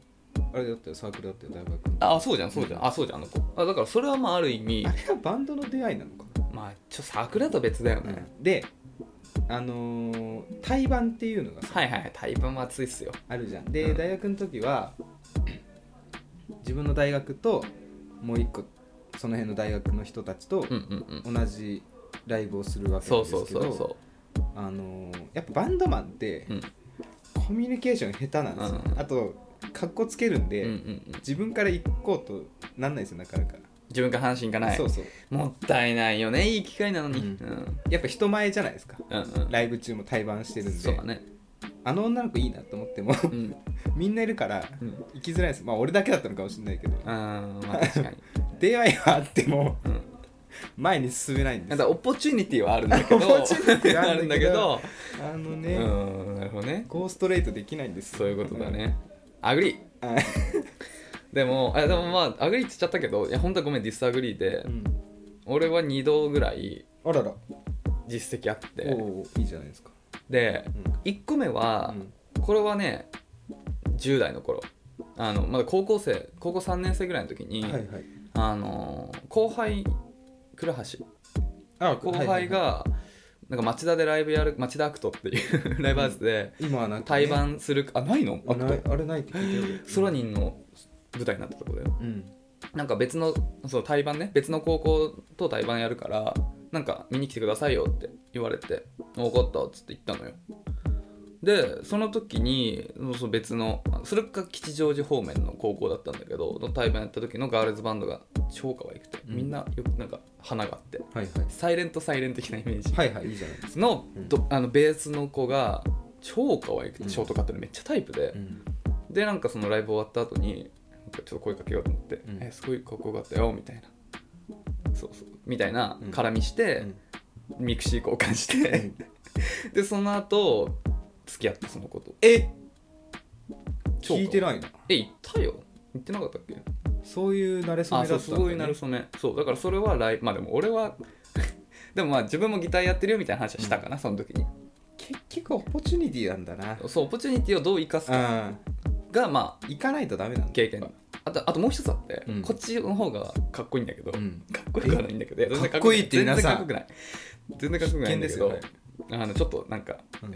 A: あれだったよサークルだったよ大学の
B: あそうじゃんそうじゃんあそうじゃんあの子あだからそれはまあある意味
A: あれがバンドの出会いなのか
B: まあちょ桜と別だよ
A: な、
B: ね、
A: であのー対バンっていうのがさ、
B: はいはいはいタイプも熱いっすよ
A: あるじゃんで、
B: うん
A: 大学の時は自分の大学ともう一個その辺の大学の人たちと
B: うんうんうん
A: 同じライブをするわけ
B: そ
A: なん
B: う
A: で
B: そう
A: すけ
B: そ
A: ど、
B: うそ
A: あのーやっぱバンドマンって
B: ううん
A: コミュニケーション下手なんですよ、
B: うん
A: あとかっこつけるん
B: う
A: で、
B: んうんうん
A: 自分から行こうとなんないですよなかなか、
B: 自分から半身がない
A: そうそう
B: もったいないよねいい機会なのにう
A: うん
B: ん
A: やっぱ人前じゃないですか
B: うんうん
A: ライブ中も対バンしてるんで
B: そうだね
A: あの女の子いいなと思っても
B: うん
A: みんないるから
B: うん
A: 行きづらいですまあ俺だけだったのかもしれないけど
B: あ ーまあ確かに、
A: 出会いはあっても
B: うん、
A: 前に進めないんで
B: なん
A: す
B: だオポチュニティはあるんだけど
A: オポチュニティはあるんだけどあの
B: う
A: ね、
B: んなるほどね
A: こうストレートできないんです
B: そういうことだねアグ
A: う
B: リ
A: ん
B: でもあでもまあアグリって言っちゃったけどいや本当はごめんディスアグリーで、
A: うん
B: 俺は2度ぐらい
A: あらら
B: 実績あって
A: おおいいじゃないですか
B: で
A: うん
B: 1個目は、
A: うん
B: これはね10代の頃あのまだ高校生高校3年生ぐらいの時に、
A: はいはい
B: あの後輩倉橋
A: あ
B: 後輩が、なんか町田でライブやる町田アクトっていうライブハウスで
A: 今はなんか、
B: 対バンするあないのアク
A: な
B: ト
A: いあれないって聞いてる
B: ソロニンの舞台になったとこだよ
A: うん
B: なんか別のそう対バンね別の高校と対バンやるからなんか見に来てくださいよって言われて「分かった」っつって言ったのよでその時にそうそう別のそれか吉祥寺方面の高校だったんだけどの対バンやった時のガールズバンドが超可愛くて
A: うん
B: みんなよくなんか花があって
A: はい
B: サイレントサイレン的なイメージ
A: はいはいはいいいじゃないですか
B: の,
A: うん
B: ど、あのベースの子が超可愛く
A: う
B: て
A: ん
B: ショートカットでめっちゃタイプで、でなんかそのライブ終わった後になんかちょっと声かけようと思って「
A: うん
B: えすごいかっこよかったよ」みたいなそうそうみたいな
A: うん
B: 絡みして、ミクシー交換して、でその後付き合ってその子と
A: え
B: そう
A: 聞いてないの
B: え行ったよ行ってなかったっけ
A: そういう慣れ初
B: あ
A: めだったんだね
B: そうすごいなるそめそうだからそれはライまあでも俺は でもまあ自分もギターやってるよみたいな話はしたかな、その時に
A: 結局オポチュニティなんだな
B: そうオポチュニティをどう生かすか
A: あ
B: がまあ
A: 行かないとダメなんだ
B: 経験あとあともう一つあって、
A: うん
B: こっちの方がかっこいいんだけど、
A: うん
B: かっこよくはないんだけどや全然
A: かっこいいって
B: 全然
A: 皆さん
B: かっこよくない全然かっこよくないんだけど、
A: 必見
B: あのちょっとなんか
A: うん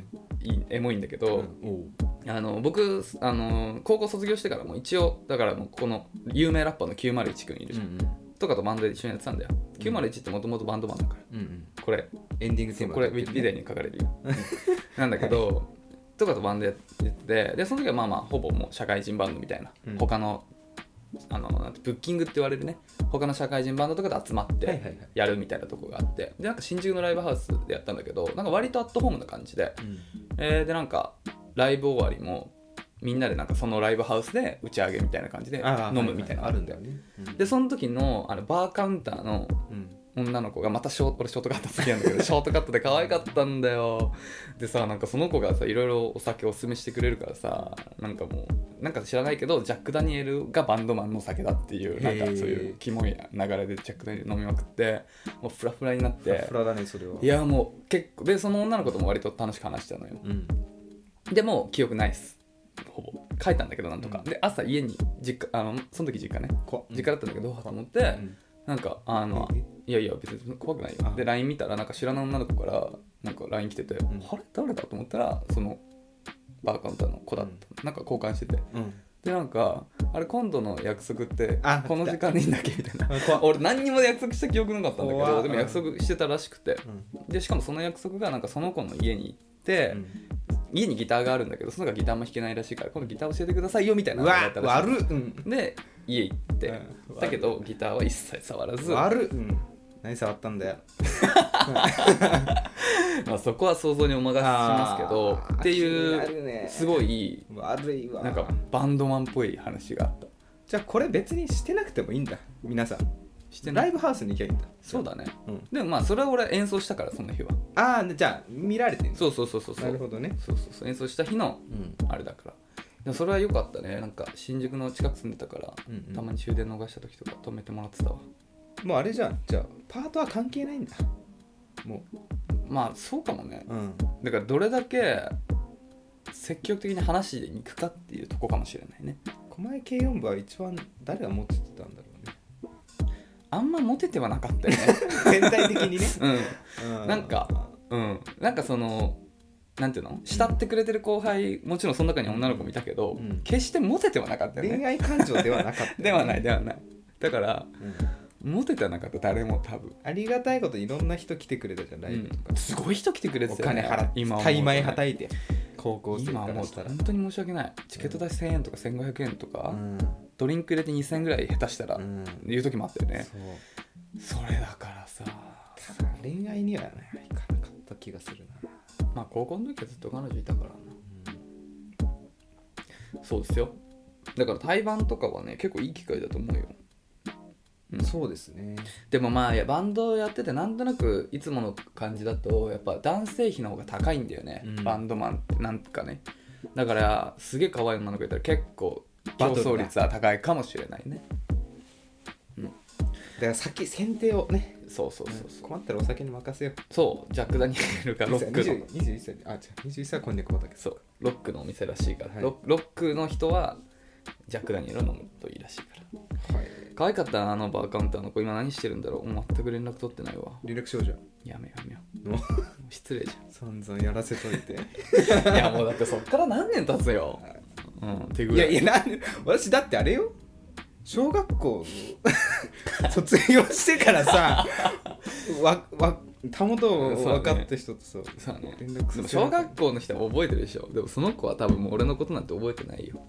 B: いいエモいんだけ
A: お
B: ど、
A: う
B: あの僕あの高校卒業してからも一応だからもうこの有名ラッパーの901君いるじゃん、とかとバンドで一緒にやってたんだよ901ってもともとバンドマンだから
A: うんうん
B: これ
A: エンディングテーマ
B: これウィキペディアに書かれる よなんだけど、とかとバンドやっててでその時はまあまあほぼもう社会人バンドみたいな、
A: うん
B: 他のあのなんてブッキングって言われるね他の社会人バンドとかで集まっ
A: はいはいはい
B: てやるみたいなとこがあって、でなんか新宿のライブハウスでやったんだけどなんか割とアットホームな感じで、えーでなんかライブ終わりもみんなでなんかそのライブハウスで打ち上げみたいな感じで飲むみたいなの
A: あ
B: が
A: る
B: っ
A: ん
B: て
A: だよね
B: でその時のあのバーカウンターの女の子がまたショート俺ショートカット好きなん だけどショートカットで可愛かったんだよでさなんかその子がさいろいろお酒おすすめしてくれるからさなんかもうなんか知らないけどジャック・ダニエルがバンドマンの酒だっていうなんかそうい
A: へー
B: うキモい流れでジャック・ダニエル飲みまくってもうフラフラになって
A: フラだねそれはい
B: やもう結構でその女の子とも割と楽しく話してたのよ
A: うん
B: でも記憶ないっすほぼ書いたんだけどなんとか、
A: うん
B: で朝家に実家あのその時実家ね
A: こ
B: 実家だったんだけど、うわと思って、
A: うん
B: なんかあの
A: え
B: いやいや別に怖くないよ
A: あ
B: で LINE 見たらなんか知らない女の子からなんか LINE 来てて、
A: ん
B: あれ誰だと思ったらそのバーカウンターの子だった、なんか交換してて
A: うん
B: でなんかあれ今度の約束って
A: あ
B: この時間にいいんだっけみた いな
A: あ怖っ
B: 俺何にも約束した記憶なかったんだけ
A: 怖
B: ど
A: っ
B: でも約束してたらしくて
A: うん
B: でしかもその約束がなんかその子の家に行って、家にギターがあるんだけどその子がギターも弾けないらしいから今度ギター教えてくださいよみたいうな
A: わ
B: らしい
A: 悪っうん
B: で家行って、
A: うん
B: だけどギターは一切触らず、
A: 悪っうん何触ったんだよ
B: まあ、そこは想像にお任せしますけど
A: あー
B: って
A: 気になる
B: い
A: ね
B: うすごい
A: 悪いわ
B: なんかバンドマンっぽい話があった
A: じゃあこれ別にしてなくてもいいんだ皆さん
B: してな
A: ラ
B: い
A: イブハウスに行きゃいいんだ
B: そうだね、
A: うん
B: でもまあそれは俺演奏したからその日は
A: ああじゃあ見られてる
B: そうそうそうそうそう
A: なるほどね
B: そうそうそう演奏した日の
A: うん
B: あれだからでもそれは良かったねなんか新宿の近く住んでたから、
A: うんうん
B: たまに終電逃した時とか止めてもらってたわ
A: もうあれじゃんじゃあパートは関係ないんだも
B: まあそうかもね
A: ううん
B: だからどれだけ積極的に話に行くかっていうとこかもしれないね
A: 狛江軽音部は一番誰が持ってたんだろうね
B: あんまモテてはなかったよね
A: 全体的 にね、
B: う
A: うん
B: なんかうんなんかそのなんていうの慕ってくれてる後輩もちろんその中に女の子もいたけど、
A: うん
B: 決してモテてはなかったよ
A: 恋
B: ね
A: 愛感情ではなかった、
B: ではない、ではないだから
A: うん
B: モテてはなかった誰も多分
A: ありがたいこといろんな人来てくれたじゃんライブとか、
B: すごい人来てくれて
A: お
B: たよね
A: 金払って
B: 今思うとね
A: 大枚はたいて高校生か
B: 今思
A: ら
B: う
A: した
B: と
A: ら
B: 本当に申し訳ないチケット代1000円とか1500円とか、
A: うん
B: ドリンク入れて2000円ぐらい下手したら、
A: うん
B: いう時もあったよね
A: そう
B: それだからさ
A: ただ恋愛にはねいかなかった気がするな
B: まあ高校の時はずっと彼女いたからな
A: うん
B: そうですよだから対バンとかはね結構いい機会だと思うようん
A: そうですね
B: でもまあいやバンドやっててなんとなくいつもの感じだとやっぱ男性費の方が高いんだよね、
A: うん
B: バンドマンってなんかねだからすげえ可愛い女の子いたら結構
A: バ
B: 競
A: トルだ
B: 争率は高いかもしれないね
A: だから先選定をね
B: そうそうそうそう、
A: 困ったらお酒に任せよう
B: そうジャック・ダニエルがロックの
A: 20 21歳あ違う21歳はこんにゃく畑
B: そうロックのお店らしいから、
A: はい
B: ロロックの人はジャック・ダニエルを飲むといいらしいから
A: はい
B: 可愛かったなあのバーカウンターの子今何してるんだろうもう全く連絡取ってないわ
A: リラックス少女
B: やめようやめよ
A: の
B: うもう失礼じゃん
A: 散々やらせとい て
B: いやもうだってそっから何年経つよ。うん、手ぐ
A: い
B: ら
A: や
B: い。
A: いやなんで私だってあれよ小学校 の卒業してから さわわたもとを分かった人とさ、
B: そうね
A: 連絡す
B: でも
A: る
B: 小学校の人は覚えてるでしょ。でもその子は多分もう俺のことなんて覚えてないよ。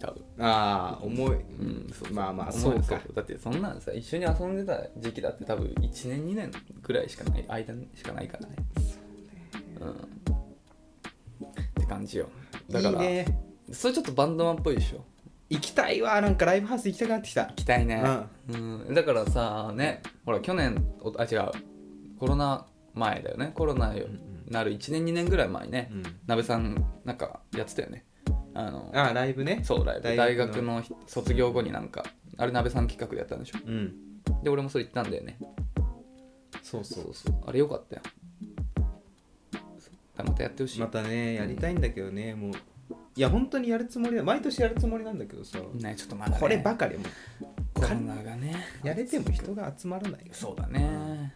B: 多分。
A: ああ重い
B: うん、そう
A: まあまあ
B: 思
A: そうか
B: だってそんなんさ、一緒に遊んでた時期だって多分1年2年ぐらいしかない、間しかないからね。うん。って感じよ。だから、
A: いいね
B: それちょっとバンドマンっぽいでしょ。
A: 行きたいわなんかライブハウス行きたくなってきた
B: 行きたいね、うん、だからさねほら去年おあ違うコロナ前だよねコロナよなる1年2年ぐらい前にね、
A: うん
B: なべさんなんかやってたよねあの
A: ああライブね
B: そうライブ大
A: 大
B: 学
A: 学
B: の
A: の
B: 卒業後になんかあれなべさん企画でやったんでしょ
A: うん
B: で俺もそれ行ったんだよね
A: そう
B: そ
A: そうう
B: そうあれよかったよそうまたやってほしい、
A: またねやりたいんだけどね、もういや本当にやるつもりだ毎年やるつもりなんだけどさ、
B: ねちょっとまだ、ね、
A: こればかりも
B: コロナがね
A: うやれても人が集まらない
B: そうだね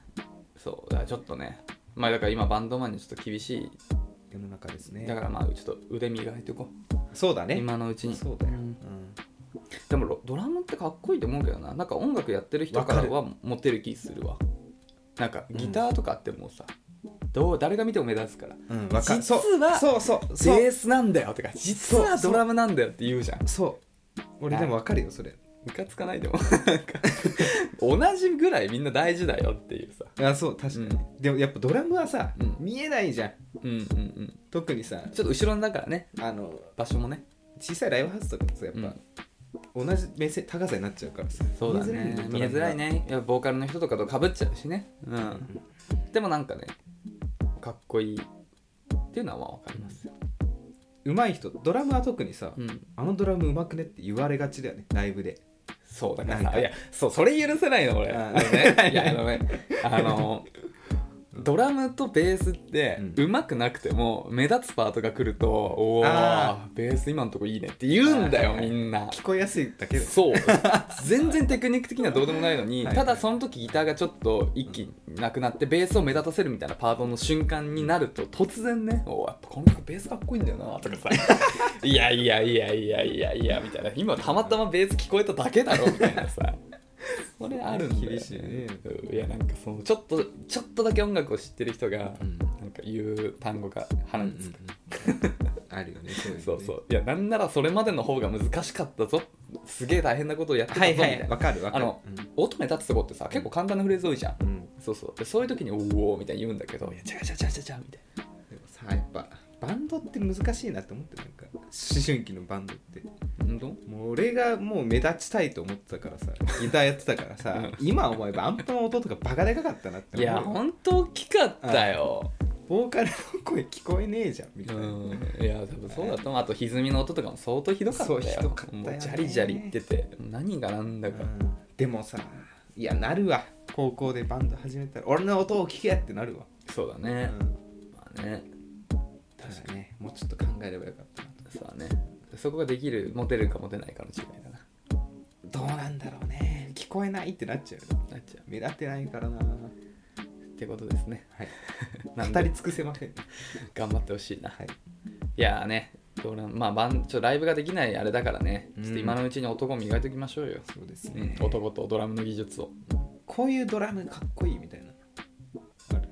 B: そうだからちょっとねまあだから今バンドマンにちょっと厳しい
A: 世の中ですね
B: だからまあちょっと腕磨いておこ
A: そうだ
B: う
A: ね
B: 今のうちに
A: そうだよ、
B: ん
A: うん
B: でもロドラムってかっこいいと思うけどななんか音楽やってる人からはモテる気するわなんかギターとかあってもさ、どう誰が見ても目立つから
A: うん、わかる
B: 実は
A: そうそうそうそ
B: ベ
A: う
B: ースなんだよとか実はドラムなんだよって言うじゃん
A: そう俺でもわかるよそれ
B: ムカつかないでもなんか同じぐらいみんな大事だよっていうさ
A: あそう確かに、でもやっぱドラムはさ、
B: うん
A: 見えないじゃん
B: うんうんうん
A: 特にさ
B: ちょっと後ろのだからね
A: あの
B: 場所もね
A: 小さいライブハウスとかさやっ
B: うん
A: ぱ、同じ目線高さになっちゃうからさ
B: そうだね見えづらい
A: ね
B: ねいやボーカルの人とかとかぶっちゃうしねうんでもなんかねかっこいいっていうのはまあわかりますよ、
A: うまい人ドラムは特にさ、
B: うん、
A: あのドラムうまくねって言われがちだよねライブで
B: そうだか
A: な
B: ら
A: ん
B: さ
A: か
B: いやそうそれ許せないの俺
A: あー
B: あのねいやあのねあのドラムとベースって
A: う
B: うまくなくても目立つパートが来ると「お
A: あ
B: おベース今のとこいいね」って言うんだよ
A: はい
B: み
A: はい
B: んな。
A: 聞こえやすいだけで
B: そう全然テクニック的にはどうでもないのに
A: はい
B: ただその時ギターがちょっと一気なくなってベースを目立たせるみたいなパートの瞬間になると突然ね「おーやっぱこの曲ベースかっこいいんだよな」とか さ「いやいやいやいやいやいや」みたいな「今たまたまベース聞こえただけだろ」みたいなさそれあるんだよ、
A: 厳しいね
B: うんいやなんかそのちょっとちょっとだけ音楽を知ってる人が
A: うん
B: なんか言う単語が
A: うん
B: 鼻
A: う
B: につ
A: ん
B: く、
A: あるよねそういうのね
B: そうそういやなんならそれまでの方が難しかったぞすげえ大変なことをやってたぞ
A: は
B: み
A: い
B: た
A: はいい
B: な
A: わかるわかる
B: あの乙女立つとこってさ結構簡単なフレーズ多いじゃん
A: うん、うん
B: そうそうでそういう時に「おお」みたいに言うんだけど「いやちゃちゃちゃちゃちゃ」みたい
A: でもさやっぱバンドって難しいなって思ってなんか思春期のバンドって
B: な本当
A: もう俺がもう目立ちたいと思ってたからさギターやってたからさ、
B: うん
A: 今思えばアンプの音とかバカでかかったなって
B: い
A: 思うよ
B: や本当大きかったよ
A: ボーカルの声聞こえねえじゃんみ
B: う
A: たいな、
B: んいや多分そうだと思うあと歪みの音とかも相当ひどかったよ
A: そうひどかったよね
B: もうジャリジャリ言ってて何がなんだか、
A: うんでもさいやなるわ高校でバンド始めたら俺の音を聞けってなるわ、
B: そうだ
A: う
B: ね、
A: ん、
B: まあね
A: 確かにねもうちょっと考えればよかったな
B: そうだねそこができるモテるかモテないかの違いだな
A: どうなんだろうね聞こえないってなっちゃうよ
B: なっちゃ
A: 目立ってないからな
B: うってことですね
A: はい
B: なん
A: 語
B: で
A: り尽くせません
B: 頑張ってほしいな
A: はい
B: いやーねどうなんまあバンちょっとライブができないあれだからね
A: うん
B: ちょっと今のうちに男を磨いておきましょうよ、
A: そうです
B: う
A: ね
B: ん、男とドラムの技術を
A: こういうドラムかっこいいみたいなある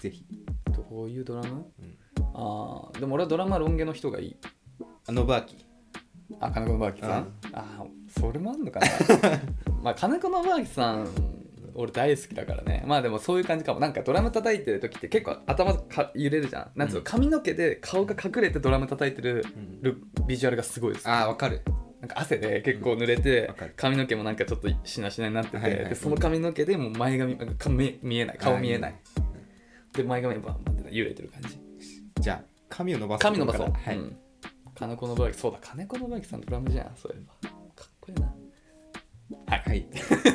A: ぜひ、
B: どういうドラム
A: うん、
B: ああでも俺はドラムはロン毛の人がいい
A: あのバーキー
B: あ金子のバーキさん、
A: うん
B: ああそれもあんのかなまあ金子のバーキさん俺大好きだからねまあでもそういう感じかもなんかドラム叩いてる時って結構頭か揺れるじゃんなんつうの、
A: うん
B: 髪の毛で顔が隠れてドラム叩いてる
A: うん
B: るビジュアルがすごいです
A: ああわかる
B: なんか汗で結構濡れて、
A: わかる
B: 髪の毛もなんかちょっとしなしなになってて、
A: はいはいはい
B: でその髪の毛でもう前髪か見見えない顔見えない、で前髪バンバンって揺れてる感じ
A: じゃあ髪を伸ばす
B: 髪伸ばそう、
A: は
B: う
A: い
B: ん、金子信明そうだ金子信明さんドラムじゃんそういえばかっこいいな
A: はい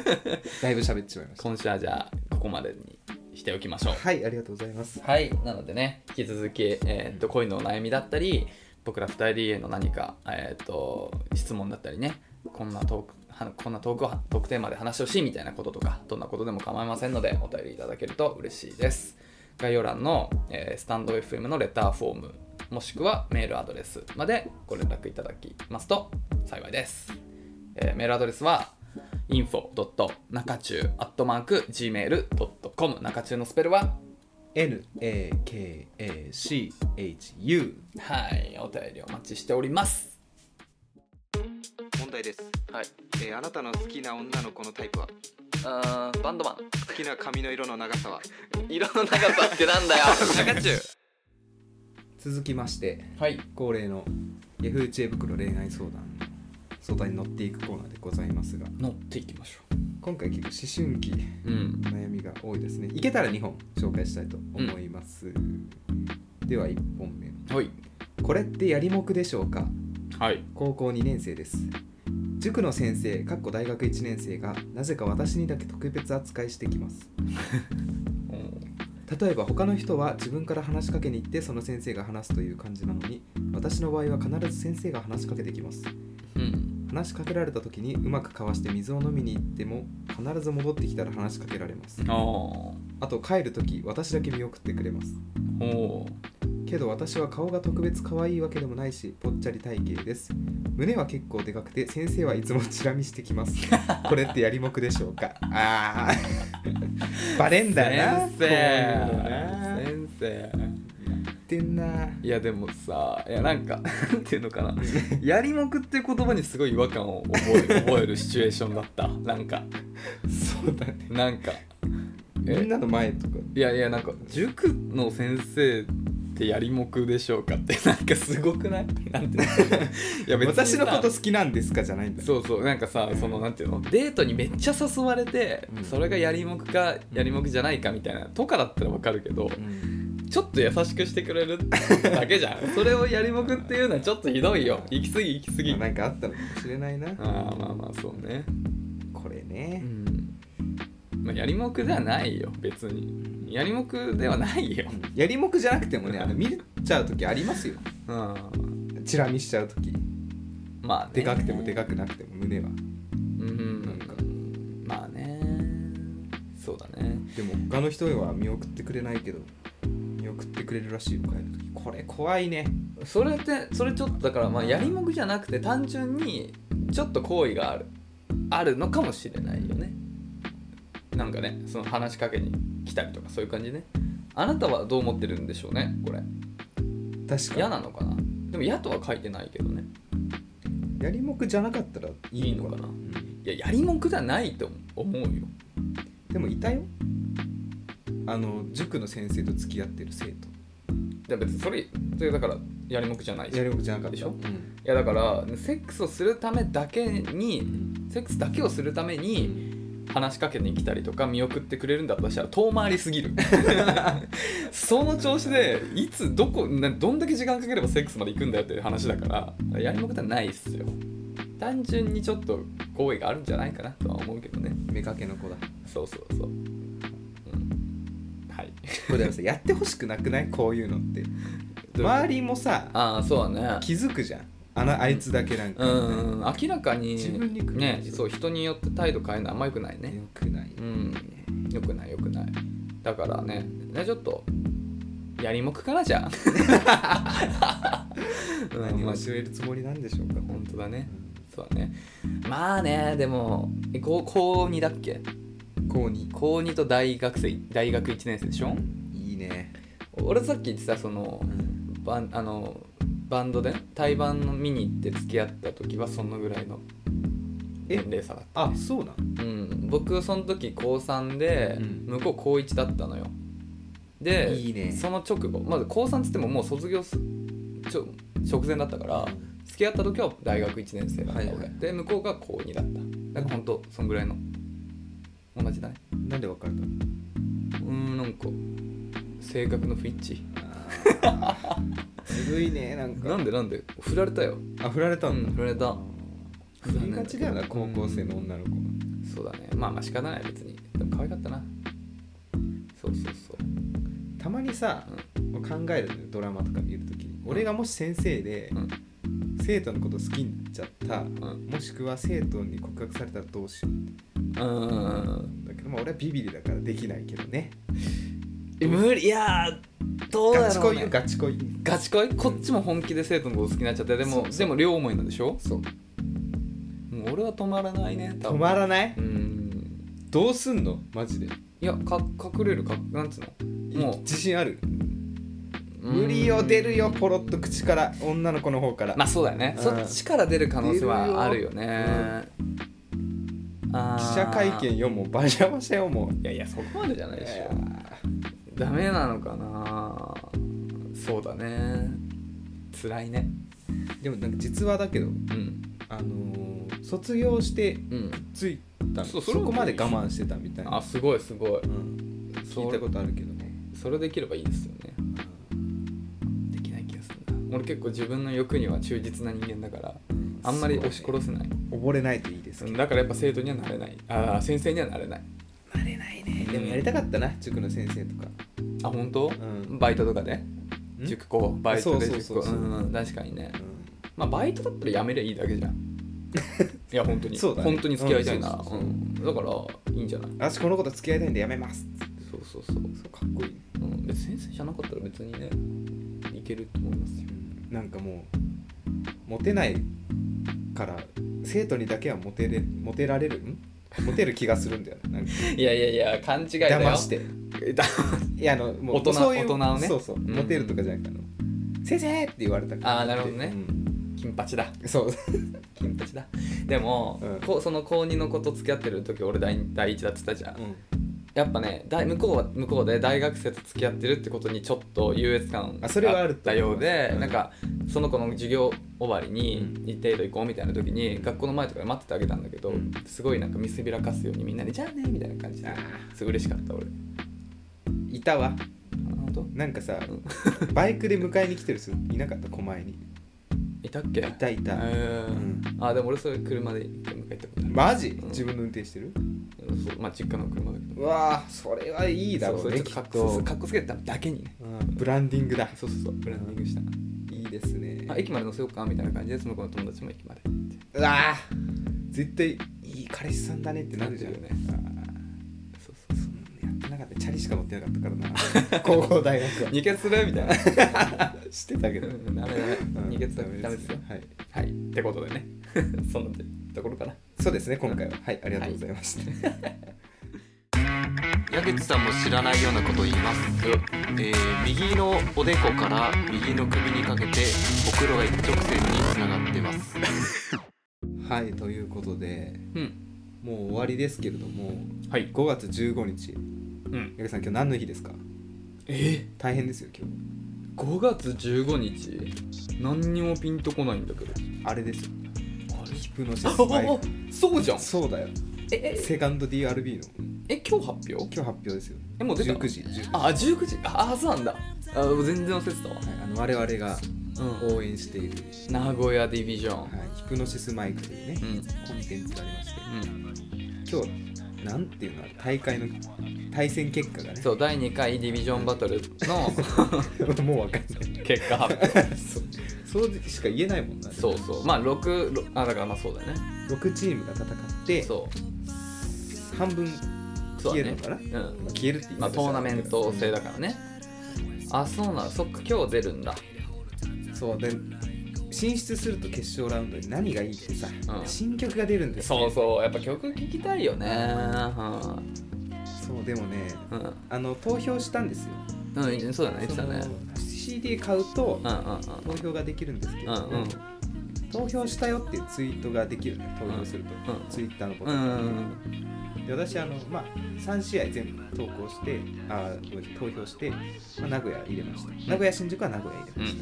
A: だいぶ喋っちまいました
B: 今週はじゃあここまでにしておきましょう
A: はいありがとうございます
B: はいなのでね引き続き、えーっと恋のお悩みだったり僕ら2人への何か、えーっと質問だったりねこんなトークはこんなトークをトークテーマで話してほしいみたいなこととかどんなことでも構いませんのでお便りいただけると嬉しいです概要欄の、えースタンド FM のレターフォームもしくはメールアドレスまでご連絡いただきますと幸いです、えーメールアドレスは info.nakachu.gmail.com 中中のスペルは
A: NAKACHU
B: はい、お便りお待ちしております。
C: 問題です、
B: はい。
C: えーあなたの好きな女の子のタイプは
B: あーバンドマン。
C: 好きな髪の色の長さは
B: 色の長さってなん だよ。中中。
A: 続きまして
B: はい。
A: 恒例の Yahoo! 知恵袋恋愛相談相談に乗っていくコーナーでございますが
B: 乗っていきましょ
A: 今回結構思春期
B: う。うん。
A: 悩みが多いですねいけたら2本紹介したいと思います、では1本目
B: はい。
A: これってやりもくでしょうか
B: はい。
A: 高校2年生です塾の先生かっこ大学1年生がなぜか私にだけ特別扱いしてきます例えば他の人は自分から話しかけに行ってその先生が話すという感じなのに私の場合は必ず先生が話しかけてきます
B: うん。
A: 話しかけられた時にうまくかわして水を飲みに行っても必ず戻ってきたら話しかけられます
B: ああ。お
A: あと帰る時私だけ見送ってくれます
B: おー。
A: けど私は顔が特別可愛いわけでもないしぽっちゃり体型です胸は結構でかくて先生はいつもチラ見してきますこれってやりもくでしょうかあーバレんだな
B: 先
A: こういうのな
B: 生。先生。
A: 言ってんない
B: やでもさ、いやなんか なんていうのかな。やりもくっていう言葉にすごい違和感を覚え覚えるシチュエーションだった。なんか
A: そうだね
B: なんか。
A: みんなの前とか
B: いやいやなんか塾の先生ってやりもくでしょうかってなんかすごくないなんていうのいや
A: 私のこと
B: さ
A: 好きなんですかじゃないんだ
B: そうそうなんかさそのなんていうのデートにめっちゃ誘われて、
A: うん
B: それがやりもくかやりもくじゃないかみたいなとかだったらわかるけど
A: うん
B: ちょっと優しくしてくれるだ けじゃんそれをやりもくっていうのはちょっとひどいよ行き過ぎ行き過ぎあ
A: なんかあったのかもしれないな
B: あーまあまあそうね
A: これ
B: う
A: ね
B: ん、まあ、やりもくではないよ別にやりもくではないよ
A: うんやりもくじゃなくてもねあの見ちゃう時ありますよ
B: うん
A: チラ見しちゃう時
B: まあ、ね、
A: でかくてもでかくなくても胸は
B: うん
A: なんか
B: まあねそうだね
A: でも他の人は見送ってくれないけど見送ってくれるらしいよ帰る時これ怖いね
B: それってそれちょっとだからまあやりもくじゃなくて単純にちょっと好意があるあるのかもしれないよねなんかねその話しかけに来たりとかそういう感じねあなたはどう思ってるんでしょうねこれ
A: 確かに
B: 嫌なのかなでも嫌とは書いてないけどね
A: やりもくじゃなかったらいいのかな、
B: いいのかな
A: うん
B: いややりもくじゃないと思うよ
A: でもいたよあの塾の先生と付き合ってる生徒
B: で別にそれそれだからやりもくじゃないし
A: やりもくじゃなかった
B: でしょ
A: うん
B: いやだからセックスをするためだけにセックスだけをするために話しかけに来たりとか見送ってくれるんだとしたら遠回りす ぎるその調子でいつどこなどんだけ時間かければセックスまで行くんだよっていう話だからやりまくってはないっすよ単純にちょっと好意があるんじゃないかなとは思うけどね
A: 目かけの子だ
B: そうそうそう、うん、はい
A: これでもさやってほしくなくないこういうのって周りもさ
B: ああそうだね
A: 気づくじゃんあのあいつだけなんか、
B: うん明らかに
A: 自分に来る
B: ねそう人によって態度変えるのはあんまよくないね、
A: よくない、
B: うん、よくないよくないだからねねちょっとやりもくからじゃ あ
A: 何を
B: マ
A: 教
B: ジ
A: えるつもりなんでしょうか
B: 本当だね
A: う
B: そうだねまあねでもえ高高2だっけ
A: ん高に
B: 高2と大学生大学1年生でしょ
A: いいね、
B: 俺さっき言ってたそのバンあのバンドで対バンの見に行って付き合った時はそのぐらいの
A: え
B: 年齢差が
A: あそうなん
B: うん、僕その時高3で、
A: うん
B: 向こう高1だったのよで
A: いいね
B: その直後まず高3っつってももう卒業すちょ直前だったから付き合った時は大学1年生だった、
A: はいはい
B: 俺で向こうが高2だっただから本当そんぐらいの同じだね
A: なんで別れ たの
B: うーんなんか性格の不一致
A: ずるいねなんか
B: なんでなんで振られたよ、
A: あ振られた
B: うん
A: だ、
B: ん、振られた
A: 振りがちだよな高校生の女の子
B: そうだねまあまあ仕方ない別にでも可愛かったなそうそうそう
A: たまにさ、考えるのよドラマとか見るときに俺がもし先生で、
B: うん
A: 生徒のこと好きになっちゃった、
B: ん
A: もしくは生徒に告白されたらどうしよう
B: うんうんうんうん
A: だけどまあ俺はビビリだからできないけどね
B: え無理いやーどう
A: ガ
B: だ
A: チ
B: ろう、
A: 恋よ
B: ね、
A: ガチ恋
B: ガチ恋こっちも本気で生徒のこと好きになっちゃってで
A: そう
B: も
A: そう
B: でも両思いなんでしょ
A: そう
B: もう俺は止まらないね多
A: 止
B: 分
A: まらないう
B: ーん
A: どうすんのマジで
B: いやか隠れるかなんつうのもう
A: 自信ある
B: うーん
A: 無理よ出るよポロッと口から女の子の方から、
B: まあそうだよね
A: うん
B: そっちから出る可能性はあるよねあー
A: 記者会見よもうバシャバシャよもう
B: いやいやそこまでじゃないでし
A: いや
B: ょダメなのかなそうだね辛いね
A: でもなんか実話だけど
B: うん
A: あのー卒業して
B: うん
A: ついたの
B: そ
A: そう
B: それは
A: こまで我慢してたみたいな
B: あすごいすごい
A: うん、
B: そ
A: 聞いたことあるけども、
B: それできればいいですよねできない気がするな俺結構自分の欲には忠実な人間だからあんまり押し殺せない、
A: 溺れないといいですけど、
B: だからやっぱ生徒にはなれないあー先生にはなれない
A: なれないねでもやりたかったな塾の先生とか
B: あ本当、
A: ん
B: バイトとかね塾校バイトで
A: そう
B: 塾
A: そう
B: 校
A: そうそう
B: うん確かにね
A: う
B: まあバイトだったらやめりゃいいだけ じゃんいや本当に
A: そうだね
B: 本当に付き合いたい
A: う
B: な、
A: んそうそうそう
B: うんだからいいんじゃない
A: ん私この子と付き合いたいんでやめます
B: そうそうそう、
A: そうかっこいい、
B: うん、別に先生じゃなかったら別にねいけると思いますよ
A: なんかもうモテないから生徒にだけはモテれモテられるんモテる気がするんだよねなんか
B: いやいやいや勘違いだよ
A: 騙して
B: だ
A: いやあのもう
B: 大人
A: そういう
B: 大人をね
A: そうそう、
B: うん
A: モテるとかじゃなくてあの先生って言われたから
B: あーなるほどね
A: うん
B: 金八だ
A: そう
B: 金八だでも、
A: うん
B: こうその高2の子と付き合ってる時俺第二第1だって言ったじゃん、やっぱね大向こうは向こうで大学生と付き合ってるってことにちょっと優越感が
A: あそれはあると
B: た
A: 思い
B: よ
A: ます
B: うで、
A: うん
B: なんかその子の授業終わりに
A: う
B: 一定度行こうみたいな時に、学校の前とかで待っててあげたんだけど、
A: うん
B: すごいなんか見せびらかすようにみんなで「じゃあね」みたいな感じ
A: あ
B: で
A: ー
B: すごい嬉しかった俺
A: いたわ
B: あ本当
A: なんかさ
B: う
A: バイクで迎えに来てる人いなかった狛江に
B: いたっけい
A: いたいたうん
B: あでも俺それ車で一回迎えたことある、
A: マジ
B: うん
A: 自分の運転してる
B: そうまあ実家の車だけど
A: うわーそれはいいだろ
B: そううそ
A: ね
B: れちょっとかっこそうかっこつけてただけにね
A: うんブランディングだ
B: そうそうそうブランディングした
A: いいですね
B: あ駅まで乗せようかみたいな感じでその子の友達も駅までって
A: うわー絶対いい彼氏さんだねってなるじゃん
B: なるよね
A: あー
B: そうそうそ
A: そんなやってなかったチャリしか乗ってなかった からな高校大学は
B: う二血するみたいな
A: してたけど
B: うんダメダメ
A: うん
B: 二血だダメですよ
A: はい
B: はいってことでね そんなところかな
A: そうですね今回ははいありがとうございました
C: 矢口さんも知らないようなことを言います、えー右のおでこから右の首にかけてほくろが一直線につながってます
A: はいということで
B: うん
A: もう終わりですけれども
B: はい
A: 5月15日
B: うん
A: 八木さん今日何の日ですか
B: え
A: 大変ですよ今日
B: 5月15日何にもピンとこないんだけど
A: あれですよ
B: あれ
A: ヒプノシスバイ
B: あ そうじゃん
A: クそうだよ
B: ええ
A: セカンド DRB の
B: え今日発表
A: 今日発表ですよ
B: えもう出た
A: 19時19時は
B: あ19時ああそうなんだあ全然忘れてたわ
A: いあの我々が
B: うん
A: 応援している、
B: 名古屋ディビジョ
A: は
B: ン
A: い、ヒプノシスマイクというね、
B: うん
A: コンテンツがありまして
B: うん
A: 今日なんていうのあれ大会の対戦結果がね
B: そう第2回ディビジョンバトル の
A: もうわかんない
B: 結果発表
A: そうそうしか言えないもんな
B: そうそうまあ6ろあだからまあそうだね
A: 6チームが戦って
B: そう
A: 半分
B: そ
A: 消
B: う
A: え
B: だ
A: る
B: ね
A: のかな、
B: うん
A: 消えるって言い
B: ま
A: 方
B: あトーナメント制だからねあそうなのそっか今日出るんだ
A: そうで進出すると決勝ラウンドに何がいいってさ、
B: うん
A: 新曲が出るんです
B: そう
A: よ
B: そうやっぱ曲聴きたいよね
A: そうでもね
B: うん
A: あの投票したんですよ
B: うん、うん、そうだね言ってたね
A: その CD 買うと
B: うんうんうん
A: 投票ができるんですけ
B: う
A: ど、
B: んうん
A: 投票したよっていうツイートができるね投票すると、
B: うん
A: ツイッターのボ
B: う
A: タン、
B: ん
A: で私あの、まあ、3試合全部投稿してあごめん投票して、まあ、名古屋入れました名古屋新宿は名古屋入れまし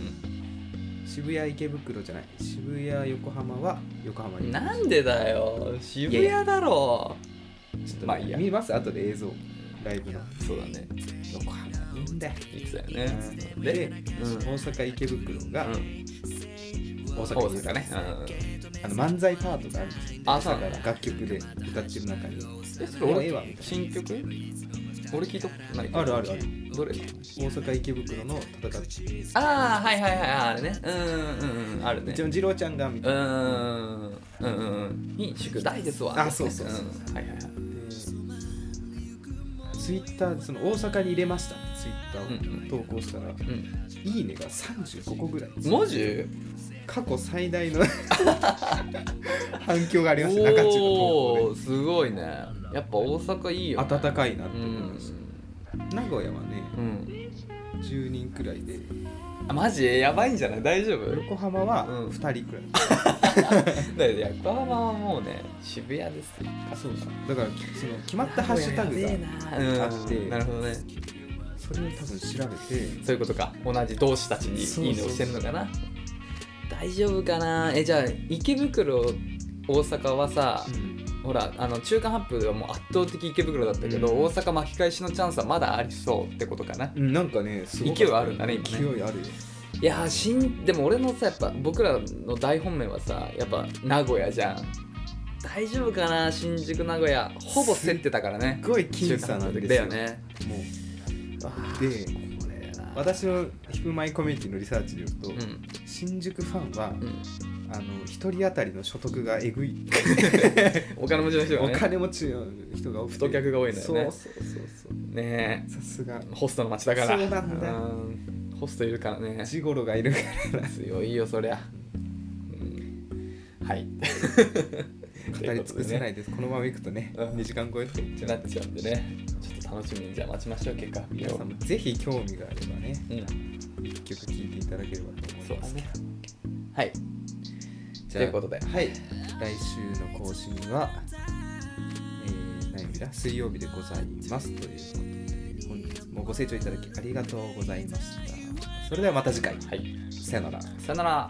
A: た、渋谷池袋じゃない渋谷横浜は横浜入れまし
B: なんでだよ渋
A: いやい
B: 谷だろ
A: たちょっと
B: まあいいや
A: 見ます後で映像ライブの
B: そうだね
A: 横浜いいんだよ
B: 言ってたよね
A: で、
B: でうん
A: 大阪池袋が、
B: うん
A: 大
B: 大
A: 阪に
B: 阪ねうん
A: あの漫才パートがあるんですよ
B: あそうなんだ
A: だから楽曲で歌ってる中に
B: えそれ
A: もうええ
B: 俺
A: わみたいな
B: 新曲俺聞いたことないけど
A: あるあるある
B: どれ
A: 大阪池袋の戦い
B: ああはいはいはいあれねうんうんうんあるね
A: 一応二郎ちゃんがみ
B: う
A: たいな、
B: んうんうんに宿題ですわ
A: あそうそうそう
B: うんはいはいはい
A: でツイッターでその大阪に入れましたってツイッタ
B: うんう
A: ーを
B: ん
A: 投稿したら「
B: うん
A: いいね」が35個ぐらい
B: 文字
A: 過去最大 の反響がありました中地の
B: お
A: 投稿
B: おすごいねやっぱ大阪いい
A: で
B: よね
A: 温かいなっ
B: う
A: て思い
B: ん
A: ました、名古屋はね
B: うん
A: 10人くらいで
B: あマジやばいんじゃない大丈夫
A: 横浜は
B: うん
A: 2人くらい、
B: だよね横浜はもうね渋谷ですよ
A: あそうだだからその決まったハッシュタグが
B: うん
A: あって
B: なるほどね
A: それを多分調べて
B: そういうことか同じ同志たちに
A: そうそ
B: いうい
A: そ
B: ね
A: う
B: をしてるのかな大丈夫かなえじゃあ池袋大阪はさ、ほらあの中間発表ではもう圧倒的池袋だったけど、
A: うん
B: 大阪巻き返しのチャンスはまだありそうってことかな
A: うん、なんかねすごかった
B: 勢いはあるんだね今ね
A: 勢いあるよ
B: いやーしんでも俺のさやっぱ僕らの大本命はさやっぱ名古屋じゃん大丈夫かな新宿名古屋ほぼ競ってたからね
A: すごい僅差なんですよ
B: だよね
A: もう
B: で
A: で
B: これな
A: 私のヒプマイコミュニティのリサーチによると、
B: うん
A: 新宿ファンは、
B: うん
A: あの一人当たりの所得がえぐい、
B: お金持ちの人が
A: お
B: ね
A: 金持ちの人が多くて
B: 太客が多いんだよね
A: そうそうそうそ
B: ね
A: うさすが
B: えホストの街だから
A: そうなんだよ
B: うんホストいるからね
A: ジゴロがいるから
B: 強いよそりゃ、うん、はい
A: 語り尽くせないですこのままいくとね、
B: うん
A: 2時間超えとかいっ
B: とい
A: ちゃ
B: うことでねな
A: う
B: っちゃうんでねちょっと楽しみにじゃあ待ちましょう結果
A: 皆さんもぜひ興味があればね
B: うん
A: 一曲聴いていただければと思います
B: そうですねはい
A: じゃあ
B: ということで
A: はい、来週の更新は、えー、何曜日だ水曜日でございますということで本日もご清聴いただきありがとうございましたそれではまた次回
B: はい
A: さよなら
B: さよなら